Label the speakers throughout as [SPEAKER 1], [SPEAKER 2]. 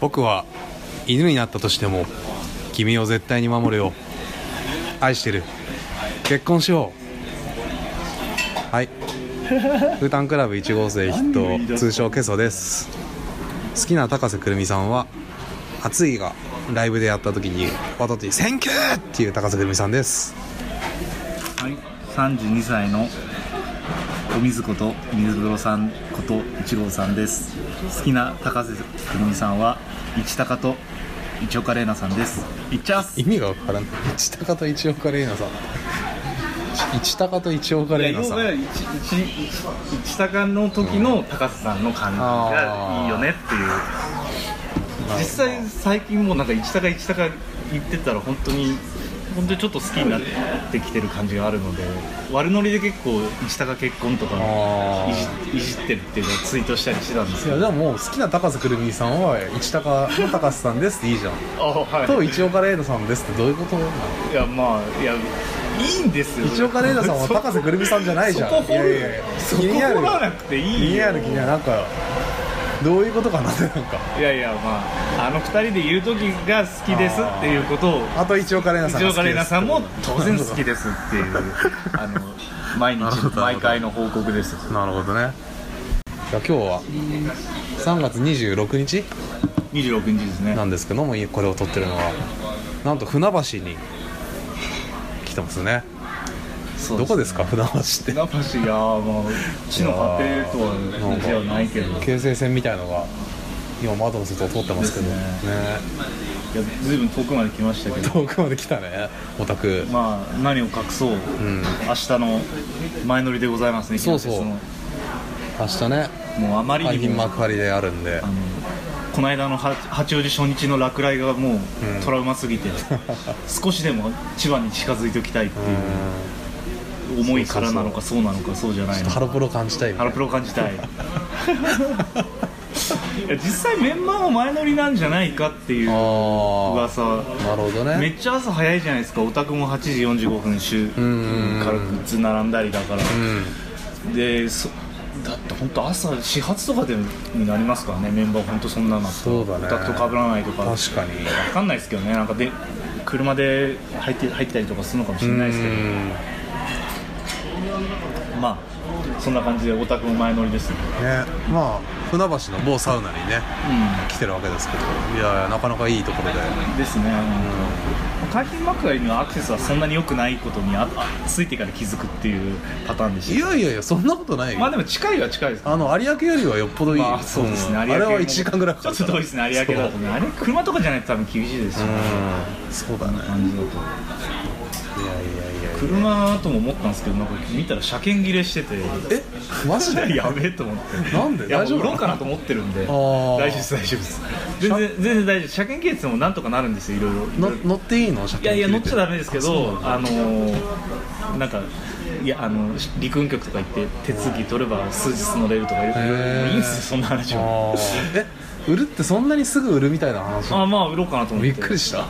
[SPEAKER 1] 僕は犬になったとしても君を絶対に守るよ愛してる結婚しようはいフータンクラブ1号生筆頭通称ケソです好きな高瀬くるみさんは熱いがライブでやった時にワトティ「センキュー!」っていう高瀬くるみさんです
[SPEAKER 2] はい、32歳のお水こと水風呂さんこと一郎さんです好きな高瀬くるみさんは一高と一岡玲奈さんですいっちゃっす
[SPEAKER 1] 意味がわからない一高と一岡玲奈さん一高と一岡玲奈さん
[SPEAKER 2] 一一高の時の高瀬さんの感じがいいよねっていう実際最近もうなんか一高一高言ってたら本当に本当にちょっと好きになってきてる感じがあるので悪ノリで結構一高結婚とか
[SPEAKER 1] あー
[SPEAKER 2] いじいじってるっていうのをツイートしたりしてたんです
[SPEAKER 1] い
[SPEAKER 2] け
[SPEAKER 1] やで
[SPEAKER 2] ど
[SPEAKER 1] ももう好きな高瀬くるみさんは一高の高瀬さんですっていいじゃん
[SPEAKER 2] あはい
[SPEAKER 1] と一岡玲奈さんですってどういうことなの
[SPEAKER 2] いやまあいやいいんですよ
[SPEAKER 1] 一岡玲奈さんは高瀬くるみさんじゃないじゃん
[SPEAKER 2] そこ掘
[SPEAKER 1] いやい
[SPEAKER 2] る
[SPEAKER 1] やいや
[SPEAKER 2] そこ
[SPEAKER 1] 気
[SPEAKER 2] 掘
[SPEAKER 1] になる
[SPEAKER 2] らなくて
[SPEAKER 1] 気
[SPEAKER 2] いい
[SPEAKER 1] にな
[SPEAKER 2] よ
[SPEAKER 1] る気になるなんかどういうことかなってなんか
[SPEAKER 2] いやいやまああの二人でいる時が好きですっていうことを
[SPEAKER 1] あと一岡玲奈さん
[SPEAKER 2] 藤
[SPEAKER 1] が
[SPEAKER 2] 岡玲奈さんも当然好き
[SPEAKER 1] で
[SPEAKER 2] ですっていう あの毎
[SPEAKER 1] なるほど
[SPEAKER 2] 日毎回の報告です
[SPEAKER 1] すなるほどねいや今日は3月26日
[SPEAKER 2] 26日ですね
[SPEAKER 1] なんですけどもこれを撮ってるのはなんと船橋に来てますね
[SPEAKER 2] そう
[SPEAKER 1] どこですか船橋って
[SPEAKER 2] 船橋いやーまあ地の果てとは話はないけどいや
[SPEAKER 1] 京成線みたいのが今窓の外を通ってますけどね
[SPEAKER 2] です随分遠くまで来ましたけど
[SPEAKER 1] 遠くまで来たねオタク
[SPEAKER 2] まあ何を隠そう、
[SPEAKER 1] ん
[SPEAKER 2] 明日の前乗りでございますね
[SPEAKER 1] そうそう
[SPEAKER 2] 日の
[SPEAKER 1] 明日ね
[SPEAKER 2] 出のもうあまり
[SPEAKER 1] 廃
[SPEAKER 2] に
[SPEAKER 1] 品
[SPEAKER 2] も
[SPEAKER 1] 幕張であるんで
[SPEAKER 2] あのこの間の八八王子初日の落雷がもうトラウマす ぎて、少しでも千葉に近づいておきたいっていう思いからなのかそうなのかそうじゃないの
[SPEAKER 1] ハ
[SPEAKER 2] か
[SPEAKER 1] ロプロ感じたいみ
[SPEAKER 2] ハ
[SPEAKER 1] たい
[SPEAKER 2] ロプロ感じ たいいや実際メンバーも前乗りなんじゃないかっていう
[SPEAKER 1] あ
[SPEAKER 2] 噂
[SPEAKER 1] あなるほど
[SPEAKER 2] め
[SPEAKER 1] ね
[SPEAKER 2] っちゃ朝早いじゃないですかオタクも8時45分週
[SPEAKER 1] ん
[SPEAKER 2] からグッズ並んだりだから、
[SPEAKER 1] うん
[SPEAKER 2] でそだって本当朝始発とかでになりますからねメンバー本当そんななって
[SPEAKER 1] そうだね
[SPEAKER 2] オタクと被らないとか
[SPEAKER 1] 確かに
[SPEAKER 2] 分かんないですけどねなんかで車で入って入ったりとかするのかもしれないですけ
[SPEAKER 1] うんね
[SPEAKER 2] どまあそんな感じでオタクも前乗りですね
[SPEAKER 1] まあ船橋の某サウナにね来てるわけですけどいやいやなかなかいいところで
[SPEAKER 2] うんですね、海浜幕張にはアクセスはそんなに良くないことにあついてから気づくっていうパターンで
[SPEAKER 1] い
[SPEAKER 2] した
[SPEAKER 1] やいやいやそんなことないよ
[SPEAKER 2] まあでも近いは近いです
[SPEAKER 1] あの有明よりはよっぽどいい、
[SPEAKER 2] まあそうですね、
[SPEAKER 1] んあ
[SPEAKER 2] 有明
[SPEAKER 1] れは
[SPEAKER 2] も
[SPEAKER 1] 1時間ぐらいか
[SPEAKER 2] ち
[SPEAKER 1] か
[SPEAKER 2] ょ
[SPEAKER 1] る
[SPEAKER 2] っと遠いですね有明だとねあれ車とかじゃないと多分厳しいですよ、ね
[SPEAKER 1] うんそうだね
[SPEAKER 2] 感じだと
[SPEAKER 1] いやいやいや
[SPEAKER 2] 車とも思ったんですけどなんか見たら車検切れしてて
[SPEAKER 1] えマジで
[SPEAKER 2] やべえと思って
[SPEAKER 1] なんで
[SPEAKER 2] いや
[SPEAKER 1] 大
[SPEAKER 2] も
[SPEAKER 1] 丈
[SPEAKER 2] う
[SPEAKER 1] 夫
[SPEAKER 2] 売ろうかなと思ってるんで
[SPEAKER 1] あー
[SPEAKER 2] 大丈夫です大丈夫です全然全然大丈夫車検切れててもなんとかなるんですよいろいろ
[SPEAKER 1] の乗っていいの車検
[SPEAKER 2] いやいや乗っちゃダ
[SPEAKER 1] メ
[SPEAKER 2] メですけどあのーなんかいやあの陸運局とか行って手続き取れば数日乗れるとかいろいろいいんですよそんな話は
[SPEAKER 1] え売るってそんなにすぐ売るみたいな話なの
[SPEAKER 2] あまあ売ろうかなと思って
[SPEAKER 1] びっくりした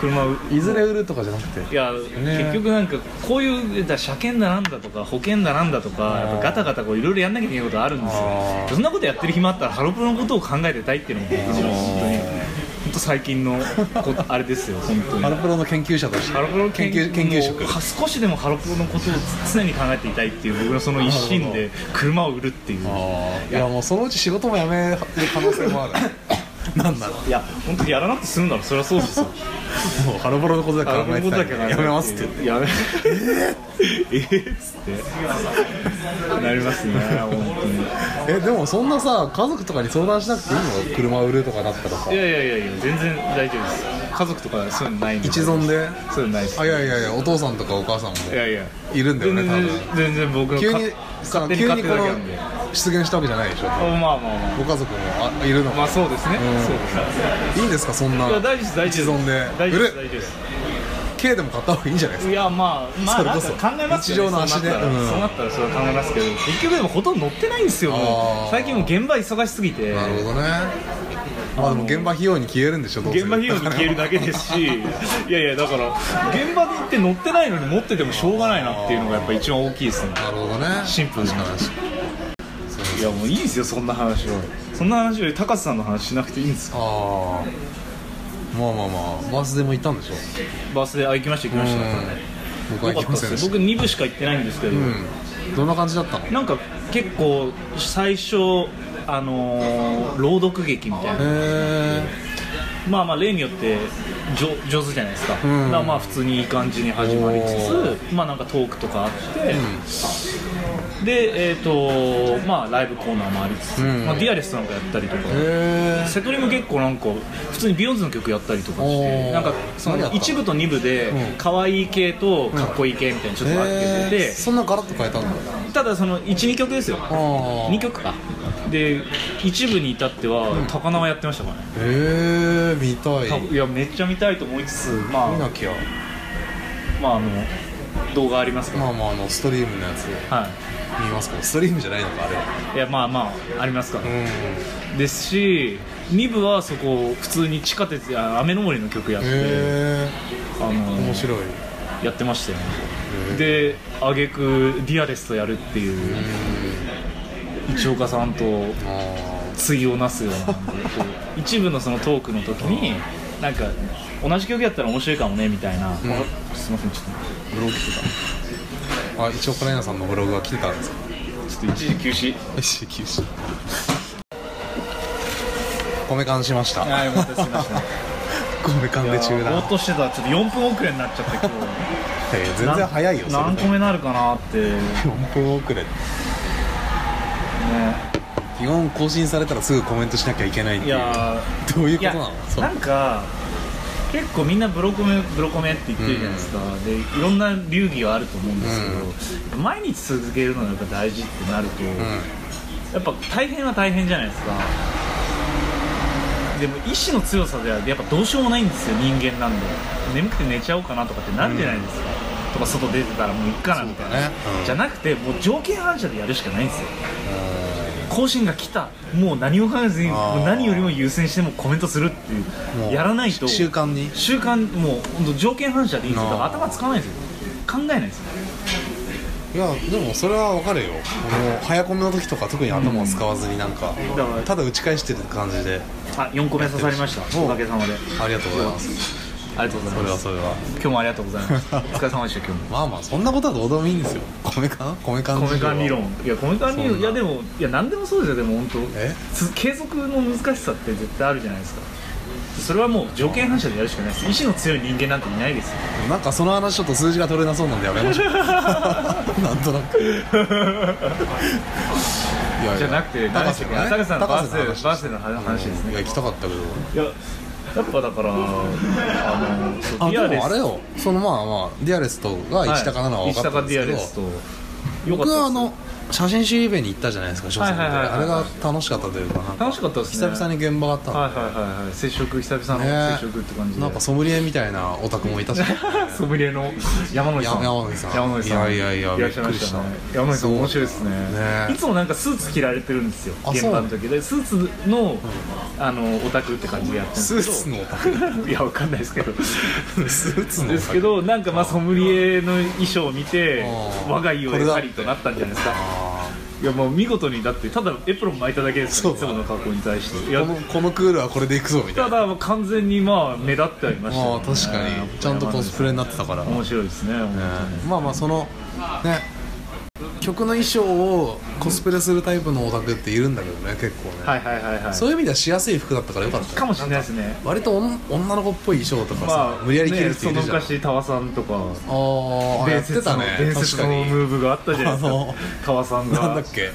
[SPEAKER 2] 車売
[SPEAKER 1] いずれ売るとかじゃなくて
[SPEAKER 2] いや、
[SPEAKER 1] ね
[SPEAKER 2] 結局なんかこういうだ車検だなんだとか保険だなんだとかやっぱガタガタこういろいろやんなきゃいけないことあるんですよ
[SPEAKER 1] あー
[SPEAKER 2] そんなことやってる暇あったらハロプロのことを考えてたいっていうのも本当に本当最近のこあ れですよ本当に
[SPEAKER 1] ハロプロの研究者として
[SPEAKER 2] ハロプロの
[SPEAKER 1] 研究研究職
[SPEAKER 2] もうは少しでもハロプロのことを常に考えていたいっていう僕のその一心で車を売るっていう
[SPEAKER 1] あーいやもうそのうち仕事も辞める可能性もあ るなんなのも
[SPEAKER 2] いや本当にやらなくて済むならそりゃそうですよ
[SPEAKER 1] うハロプロのことだけ考えてたらやめますって
[SPEAKER 2] やめえーっつってなりますね本当に
[SPEAKER 1] えでもそんなさ家族とかに相談しなくていいの車売るとかだったらさ
[SPEAKER 2] いやいやいやいや全然大丈夫です家族とかそういうのないんで
[SPEAKER 1] 一存で
[SPEAKER 2] そういうのないです
[SPEAKER 1] あいやいやいやお父さんとかお母さんも
[SPEAKER 2] いやいや
[SPEAKER 1] いるんだよ
[SPEAKER 2] 全
[SPEAKER 1] ね
[SPEAKER 2] 然
[SPEAKER 1] 多分
[SPEAKER 2] 全然僕の
[SPEAKER 1] 急に
[SPEAKER 2] 勝
[SPEAKER 1] さ
[SPEAKER 2] 手に
[SPEAKER 1] 急に
[SPEAKER 2] 勝手
[SPEAKER 1] こ
[SPEAKER 2] だ
[SPEAKER 1] の
[SPEAKER 2] けなんであ
[SPEAKER 1] 出現したわけじゃないでしょ
[SPEAKER 2] まあまあまあ
[SPEAKER 1] ご家族もあいるの
[SPEAKER 2] ま
[SPEAKER 1] か
[SPEAKER 2] あそうですねそうです
[SPEAKER 1] いいんですかそんない
[SPEAKER 2] や大事です大事です
[SPEAKER 1] 既存で
[SPEAKER 2] 大事で
[SPEAKER 1] 売
[SPEAKER 2] す
[SPEAKER 1] れ
[SPEAKER 2] 大事です
[SPEAKER 1] K でも買った方がいいんじゃないです
[SPEAKER 2] いやまあまあ
[SPEAKER 1] それ
[SPEAKER 2] な
[SPEAKER 1] こ
[SPEAKER 2] ん
[SPEAKER 1] そ
[SPEAKER 2] か考えます
[SPEAKER 1] 日常
[SPEAKER 2] よね
[SPEAKER 1] の足で
[SPEAKER 2] そうなったら
[SPEAKER 1] うん
[SPEAKER 2] そうなったらそれは考えますけど結局でもほとんど乗ってないんですよも
[SPEAKER 1] あー
[SPEAKER 2] う最近もう現場忙しすぎて
[SPEAKER 1] かなるほどねまあでも現場費用に消えるんでしょどうせ
[SPEAKER 2] 現場費用 に消えるだけですしいやいやだから現場で行って乗ってないのに持っててもしょうがないなっていうのがやっぱ一番大きいですね
[SPEAKER 1] なるほどね
[SPEAKER 2] シンプルな話
[SPEAKER 1] 確かに
[SPEAKER 2] いやもういいですよそんな話はそんな話より高瀬さんの話しなくていいんですか
[SPEAKER 1] ああまあまあまあバースでも行ったんでしょ
[SPEAKER 2] バースであ行きました行きました
[SPEAKER 1] うん僕は
[SPEAKER 2] よか
[SPEAKER 1] 行
[SPEAKER 2] っ
[SPEAKER 1] き
[SPEAKER 2] た
[SPEAKER 1] ませ
[SPEAKER 2] で
[SPEAKER 1] んですし
[SPEAKER 2] よ
[SPEAKER 1] た
[SPEAKER 2] 僕2部しか行ってないんですけ
[SPEAKER 1] う
[SPEAKER 2] ど、
[SPEAKER 1] んどんな感じだったのへ
[SPEAKER 2] なんか結構最初あのー朗読劇みたいな
[SPEAKER 1] え
[SPEAKER 2] まあまあ例によって上上手じゃないですか,、
[SPEAKER 1] ん
[SPEAKER 2] だからまあ普通にいい感じに始まりつ
[SPEAKER 1] お
[SPEAKER 2] つまあなんかトークとかあって、でえっ、とまあライブコーナーもありつつ、
[SPEAKER 1] うん
[SPEAKER 2] まあ、ディアレスなんかやったりとか、
[SPEAKER 1] へ
[SPEAKER 2] セトリも結構なんか普通にビヨンズの曲やったりとかし
[SPEAKER 1] おー
[SPEAKER 2] てなんかそ
[SPEAKER 1] 何や
[SPEAKER 2] の
[SPEAKER 1] った
[SPEAKER 2] 一部と二部で
[SPEAKER 1] うん
[SPEAKER 2] 可愛い系とかっこいい系みたいにちょっと分けて
[SPEAKER 1] え
[SPEAKER 2] て、
[SPEAKER 1] そんなガラッと変えたんだ
[SPEAKER 2] ただその12曲ですよ
[SPEAKER 1] ああ
[SPEAKER 2] 2曲かで一部に至っては高輪やってましたからね
[SPEAKER 1] へえ見た
[SPEAKER 2] 多
[SPEAKER 1] い
[SPEAKER 2] 分いやめっちゃ見たいと思いつつま
[SPEAKER 1] 見な
[SPEAKER 2] あ
[SPEAKER 1] きゃ
[SPEAKER 2] まああの動画ありますか
[SPEAKER 1] まあまああのストリームのやつ
[SPEAKER 2] らは
[SPEAKER 1] 見ますかストリームじゃないのかあれはい
[SPEAKER 2] いやまあまあありますから
[SPEAKER 1] うん
[SPEAKER 2] ですし2部はそこ普通に地下鉄あ雨の森の曲やっ
[SPEAKER 1] へ
[SPEAKER 2] て
[SPEAKER 1] え
[SPEAKER 2] あの
[SPEAKER 1] 面白い
[SPEAKER 2] やってましたよねで挙句ディアレスとやるっていう一岡さんと
[SPEAKER 1] ああ
[SPEAKER 2] 対をなすようなこ う一部のそのトークの時になんか同じ曲やったら面白いかもねみたいな、あすいませんちょっ
[SPEAKER 1] ブログ来てたあ一応プライナさんのブログが来てたんですか
[SPEAKER 2] とちょっと一時 休止
[SPEAKER 1] 一時休止 米缶しました
[SPEAKER 2] あよかったですすいません
[SPEAKER 1] 米缶で中
[SPEAKER 2] ぼー
[SPEAKER 1] 断
[SPEAKER 2] っとしてたらちょっと4分遅れになっちゃって今日
[SPEAKER 1] えー全然早いよそれ
[SPEAKER 2] 何個目なるかなってね
[SPEAKER 1] 4分遅れ基本更新されたらすぐコメントしなきゃいけないって
[SPEAKER 2] い
[SPEAKER 1] いう
[SPEAKER 2] やー
[SPEAKER 1] どういう
[SPEAKER 2] い
[SPEAKER 1] こと
[SPEAKER 2] や
[SPEAKER 1] なのそう
[SPEAKER 2] なんか結構みんなブロコメブロコメって言ってるじゃないですか、でいろんな流儀があると思うんですけど、毎日続けるのがやっぱ大事ってなると、
[SPEAKER 1] うん
[SPEAKER 2] やっぱ大変は大変じゃないですかでも意志の強さではやっぱどうしようもないんですよ人間なんで眠くて寝ちゃおうかなとかってなるじゃないですか、とか外出てたらもういっかなみたい
[SPEAKER 1] そうだ
[SPEAKER 2] な、
[SPEAKER 1] ねうん
[SPEAKER 2] じゃなくてもう条件反射でやるしかないんですよ更新が来たもう何を考えずに
[SPEAKER 1] あー
[SPEAKER 2] もう何よりも優先してもうコメントするっていう
[SPEAKER 1] もう
[SPEAKER 2] やらないと
[SPEAKER 1] 習慣に
[SPEAKER 2] 習慣もう本当条件反射でいいんですよ
[SPEAKER 1] あー
[SPEAKER 2] だから頭使わないんですよ考えないんですよ
[SPEAKER 1] いやでもそれはわかるよもう早込みの時とか特に頭を使わずになんか、
[SPEAKER 2] だから
[SPEAKER 1] ただ打ち返してる感じで
[SPEAKER 2] あ4個目刺さりました
[SPEAKER 1] お
[SPEAKER 2] おかげさまで
[SPEAKER 1] ありがとうございます
[SPEAKER 2] ありがとうござ
[SPEAKER 1] そ
[SPEAKER 2] い
[SPEAKER 1] れ
[SPEAKER 2] ま
[SPEAKER 1] は
[SPEAKER 2] す
[SPEAKER 1] それは
[SPEAKER 2] 今日もありがとうございます お疲れ様でした今日も
[SPEAKER 1] まあまあそんなことはどうでもいいんですよ米缶米缶
[SPEAKER 2] 米缶理論いや米缶理
[SPEAKER 1] そんな
[SPEAKER 2] 論いやでもいや何でもそうですよでも本
[SPEAKER 1] え
[SPEAKER 2] 当つ継続の難しさって絶対あるじゃないですかそれはもう条件反射でやるしかないです意志の強い人間なんていないですよ
[SPEAKER 1] なんかその話ちょっと数字が取れなそうなんでやめ ましょうなんとなくいやいや
[SPEAKER 2] じゃなくて
[SPEAKER 1] 高瀬
[SPEAKER 2] 高瀬さんの
[SPEAKER 1] 高瀬の
[SPEAKER 2] バースデーバースデーの話ですね
[SPEAKER 1] いや行きたかったけど
[SPEAKER 2] いややっぱだからあのそう
[SPEAKER 1] あ
[SPEAKER 2] デ
[SPEAKER 1] で
[SPEAKER 2] ィアレ
[SPEAKER 1] も
[SPEAKER 2] ス
[SPEAKER 1] あれよそのまあまあディアレスとが
[SPEAKER 2] はい
[SPEAKER 1] 一高なのは分かったんですけど、
[SPEAKER 2] 石高ディアレスとよかっ
[SPEAKER 1] 僕
[SPEAKER 2] た
[SPEAKER 1] は
[SPEAKER 2] で
[SPEAKER 1] あ
[SPEAKER 2] す
[SPEAKER 1] の写真集イベに行ったじゃないですか初戦で、
[SPEAKER 2] はいはいはいはい
[SPEAKER 1] あれが楽しかったというかなんか
[SPEAKER 2] 楽しかったですね
[SPEAKER 1] 久々に現場があったの、
[SPEAKER 2] はいはいはいはい接触久々
[SPEAKER 1] ね
[SPEAKER 2] の接触って感じで
[SPEAKER 1] なんかソムリエみたいなオタクもいたし
[SPEAKER 2] ソムリエの山野井さん
[SPEAKER 1] や山野井さん
[SPEAKER 2] 山野井さん
[SPEAKER 1] いやいやいや
[SPEAKER 2] いらっしゃいましたね
[SPEAKER 1] びっくりした
[SPEAKER 2] 山野井さん面白いですね
[SPEAKER 1] ね
[SPEAKER 2] いつもなんかスーツ着られてるんですよ
[SPEAKER 1] あ
[SPEAKER 2] 現場の時でスーツのあのオタクって感じでやってるんです
[SPEAKER 1] ス
[SPEAKER 2] け
[SPEAKER 1] ーツ
[SPEAKER 2] ど
[SPEAKER 1] のオタク
[SPEAKER 2] いやわかんないですけど
[SPEAKER 1] スーツのオタク
[SPEAKER 2] ですけどなんかまあソムリエの衣装を見て
[SPEAKER 1] あー
[SPEAKER 2] 我が家を得たりとなったんじゃないですか
[SPEAKER 1] あ
[SPEAKER 2] いやもう見事にだってただエプロン巻いただけですよい
[SPEAKER 1] そ
[SPEAKER 2] つ
[SPEAKER 1] う
[SPEAKER 2] もの格好に対してい
[SPEAKER 1] ー
[SPEAKER 2] や
[SPEAKER 1] このこのクールはこれでいくぞみた
[SPEAKER 2] た
[SPEAKER 1] いな
[SPEAKER 2] だもう完全にまあ目立ってありました
[SPEAKER 1] ま
[SPEAKER 2] よ
[SPEAKER 1] あ
[SPEAKER 2] ね
[SPEAKER 1] 確かにちゃんとコスプレになってたから、
[SPEAKER 2] 面白いですね本当に
[SPEAKER 1] ねまあまあそのね曲の衣装をコスプレするタイプのオタクっているんだけどね結構ね、
[SPEAKER 2] はいはいはいはい
[SPEAKER 1] そういう意味ではしやすい服だったからよかったよ
[SPEAKER 2] かもしれないですね
[SPEAKER 1] 割とおん女の子っぽい衣装とかさ、無理やり着る
[SPEAKER 2] ね
[SPEAKER 1] 人い
[SPEAKER 2] そ
[SPEAKER 1] る
[SPEAKER 2] の
[SPEAKER 1] じゃん、あ
[SPEAKER 2] 昔タワさんとか
[SPEAKER 1] あーや
[SPEAKER 2] 伝
[SPEAKER 1] って
[SPEAKER 2] 説
[SPEAKER 1] た
[SPEAKER 2] の
[SPEAKER 1] ね
[SPEAKER 2] 伝
[SPEAKER 1] 確
[SPEAKER 2] 説の
[SPEAKER 1] かに
[SPEAKER 2] ムーブがあったじゃないです
[SPEAKER 1] あの
[SPEAKER 2] かタワさん
[SPEAKER 1] なんだ
[SPEAKER 2] が
[SPEAKER 1] っけ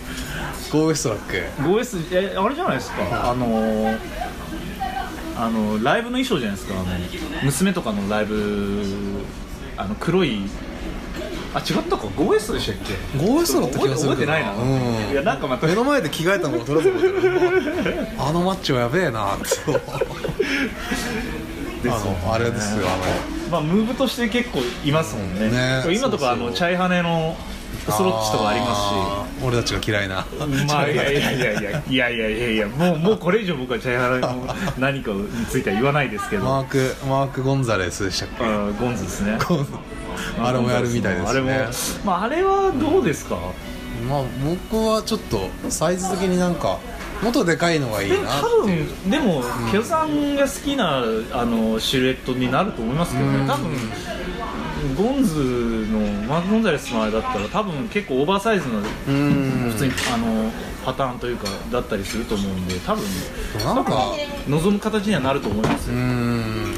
[SPEAKER 1] ゴーウエストだっけ
[SPEAKER 2] 5S えあれじゃないですかあのーあのライブの衣装じゃないですかあの娘とかのライブあの黒いあ違ったか 5S でしたっけ
[SPEAKER 1] ゴーウエストだった気がする
[SPEAKER 2] 覚
[SPEAKER 1] け
[SPEAKER 2] えて
[SPEAKER 1] ど
[SPEAKER 2] ないな、
[SPEAKER 1] うん
[SPEAKER 2] いやなんかまた
[SPEAKER 1] 目の前で着替えたのもとりあえず覚えてるあのマッチョやべえなってあ
[SPEAKER 2] ですよね
[SPEAKER 1] のあれですよあ
[SPEAKER 2] まあムーブとして結構いますもんね
[SPEAKER 1] ね
[SPEAKER 2] 今とか
[SPEAKER 1] そ
[SPEAKER 2] あ
[SPEAKER 1] うそう
[SPEAKER 2] のチャイハネの
[SPEAKER 1] の
[SPEAKER 2] スロッチとかありま
[SPEAKER 1] あー俺たちが嫌いな
[SPEAKER 2] すしまあいやいやいやいやいやいやいやいやもうもうこれ以上僕はチャイハネの何かについては言わないですけど
[SPEAKER 1] マークマーク・ゴンザレスでしたっけ
[SPEAKER 2] うんゴンズですね
[SPEAKER 1] ゴンあれもやるみたいですね
[SPEAKER 2] あれもまああれはどうですか
[SPEAKER 1] まあ僕はちょっとサイズ的になんかもっとでかいのがいい
[SPEAKER 2] でも
[SPEAKER 1] な
[SPEAKER 2] 多分でも毛さんが好きなあのシルエットになると思いますけど
[SPEAKER 1] うん
[SPEAKER 2] ね多分ゴンズのマーク・ゴンザレスのあれだったら多分結構オーバーサイズの
[SPEAKER 1] うん
[SPEAKER 2] 普通にあのパターンというかだったりすると思うんで多分
[SPEAKER 1] なんか
[SPEAKER 2] 望む形にはなると思います
[SPEAKER 1] う
[SPEAKER 2] よ
[SPEAKER 1] ん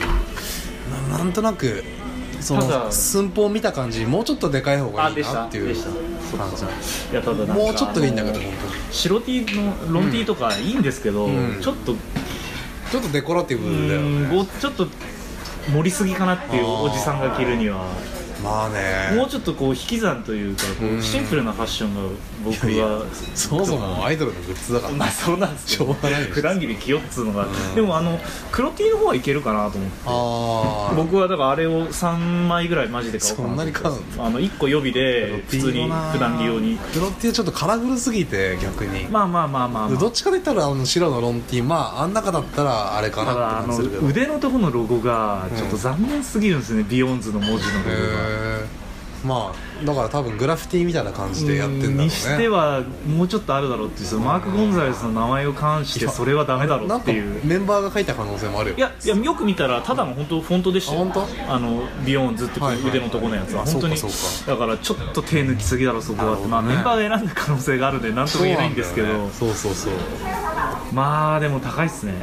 [SPEAKER 1] ななんとなくそ
[SPEAKER 2] た
[SPEAKER 1] の
[SPEAKER 2] だ
[SPEAKER 1] 寸法見た感じもうちょっとでかい方が
[SPEAKER 2] あ
[SPEAKER 1] い
[SPEAKER 2] で
[SPEAKER 1] い
[SPEAKER 2] した
[SPEAKER 1] なってい
[SPEAKER 2] で
[SPEAKER 1] う
[SPEAKER 2] したそう
[SPEAKER 1] 感じ
[SPEAKER 2] そういやただなんか
[SPEAKER 1] もうちょっとでいいんだけど
[SPEAKER 2] あの
[SPEAKER 1] 本当に
[SPEAKER 2] 白 T のロン T とかいいんですけど、
[SPEAKER 1] うん
[SPEAKER 2] ちょっと
[SPEAKER 1] ちょっとデコラティ
[SPEAKER 2] う
[SPEAKER 1] ブだよね
[SPEAKER 2] んごちょっと盛りすぎかなっていうおじさんが着るには
[SPEAKER 1] まあね
[SPEAKER 2] もうちょっとこう引き算というか
[SPEAKER 1] う
[SPEAKER 2] こ
[SPEAKER 1] ん
[SPEAKER 2] うシンプルなファッションが僕
[SPEAKER 1] いやい
[SPEAKER 2] は
[SPEAKER 1] やそもそもアイドルのグッズだから
[SPEAKER 2] まあそうなんですけ
[SPEAKER 1] しょ
[SPEAKER 2] ど
[SPEAKER 1] うがないです
[SPEAKER 2] 普段着で着ようっつうのがでもあの黒 T の方はいけるかなと思って
[SPEAKER 1] ああ
[SPEAKER 2] 僕はだからあれを3枚ぐらいマジで買おうか
[SPEAKER 1] そんなに買うの
[SPEAKER 2] あの1個予備で普通に普段着用に
[SPEAKER 1] 黒 T はちょっとカラフルすぎて逆に、
[SPEAKER 2] まあまあまあまあ、まあ、
[SPEAKER 1] どっちかで言ったらあの白のロン T まああん中だったらあれか
[SPEAKER 2] ただ
[SPEAKER 1] な
[SPEAKER 2] あ
[SPEAKER 1] って感じ
[SPEAKER 2] の
[SPEAKER 1] するけどへ
[SPEAKER 2] 腕のとこのロゴがちょっと残念すぎるんですね、ビヨンズの文字のロゴが。
[SPEAKER 1] ーまあだから多分グラフィティみたいな感じでやってんだろうね
[SPEAKER 2] にしてはもうちょっとあるだろうっていうそのマーク・ゴンザレスの名前を冠してそれはダメだろう
[SPEAKER 1] なん
[SPEAKER 2] って
[SPEAKER 1] か
[SPEAKER 2] いう
[SPEAKER 1] メンバーが書いた可能性もあるよ
[SPEAKER 2] いやいやよく見たらただの本当フォントでしたよ
[SPEAKER 1] あ本当
[SPEAKER 2] あのビヨーンズってこう
[SPEAKER 1] はいはい
[SPEAKER 2] 腕のとこのやつは
[SPEAKER 1] そう
[SPEAKER 2] 本
[SPEAKER 1] か
[SPEAKER 2] 当に
[SPEAKER 1] そうか
[SPEAKER 2] だからちょっと手抜きすぎだろそこはってまあ
[SPEAKER 1] なる
[SPEAKER 2] メ
[SPEAKER 1] ほ
[SPEAKER 2] ン
[SPEAKER 1] ど
[SPEAKER 2] バ
[SPEAKER 1] ね
[SPEAKER 2] ーが選んだ可能性があるんで何とも言えないんですけ
[SPEAKER 1] そうな
[SPEAKER 2] ど
[SPEAKER 1] だよねそうそうそう
[SPEAKER 2] まあでも高い っすね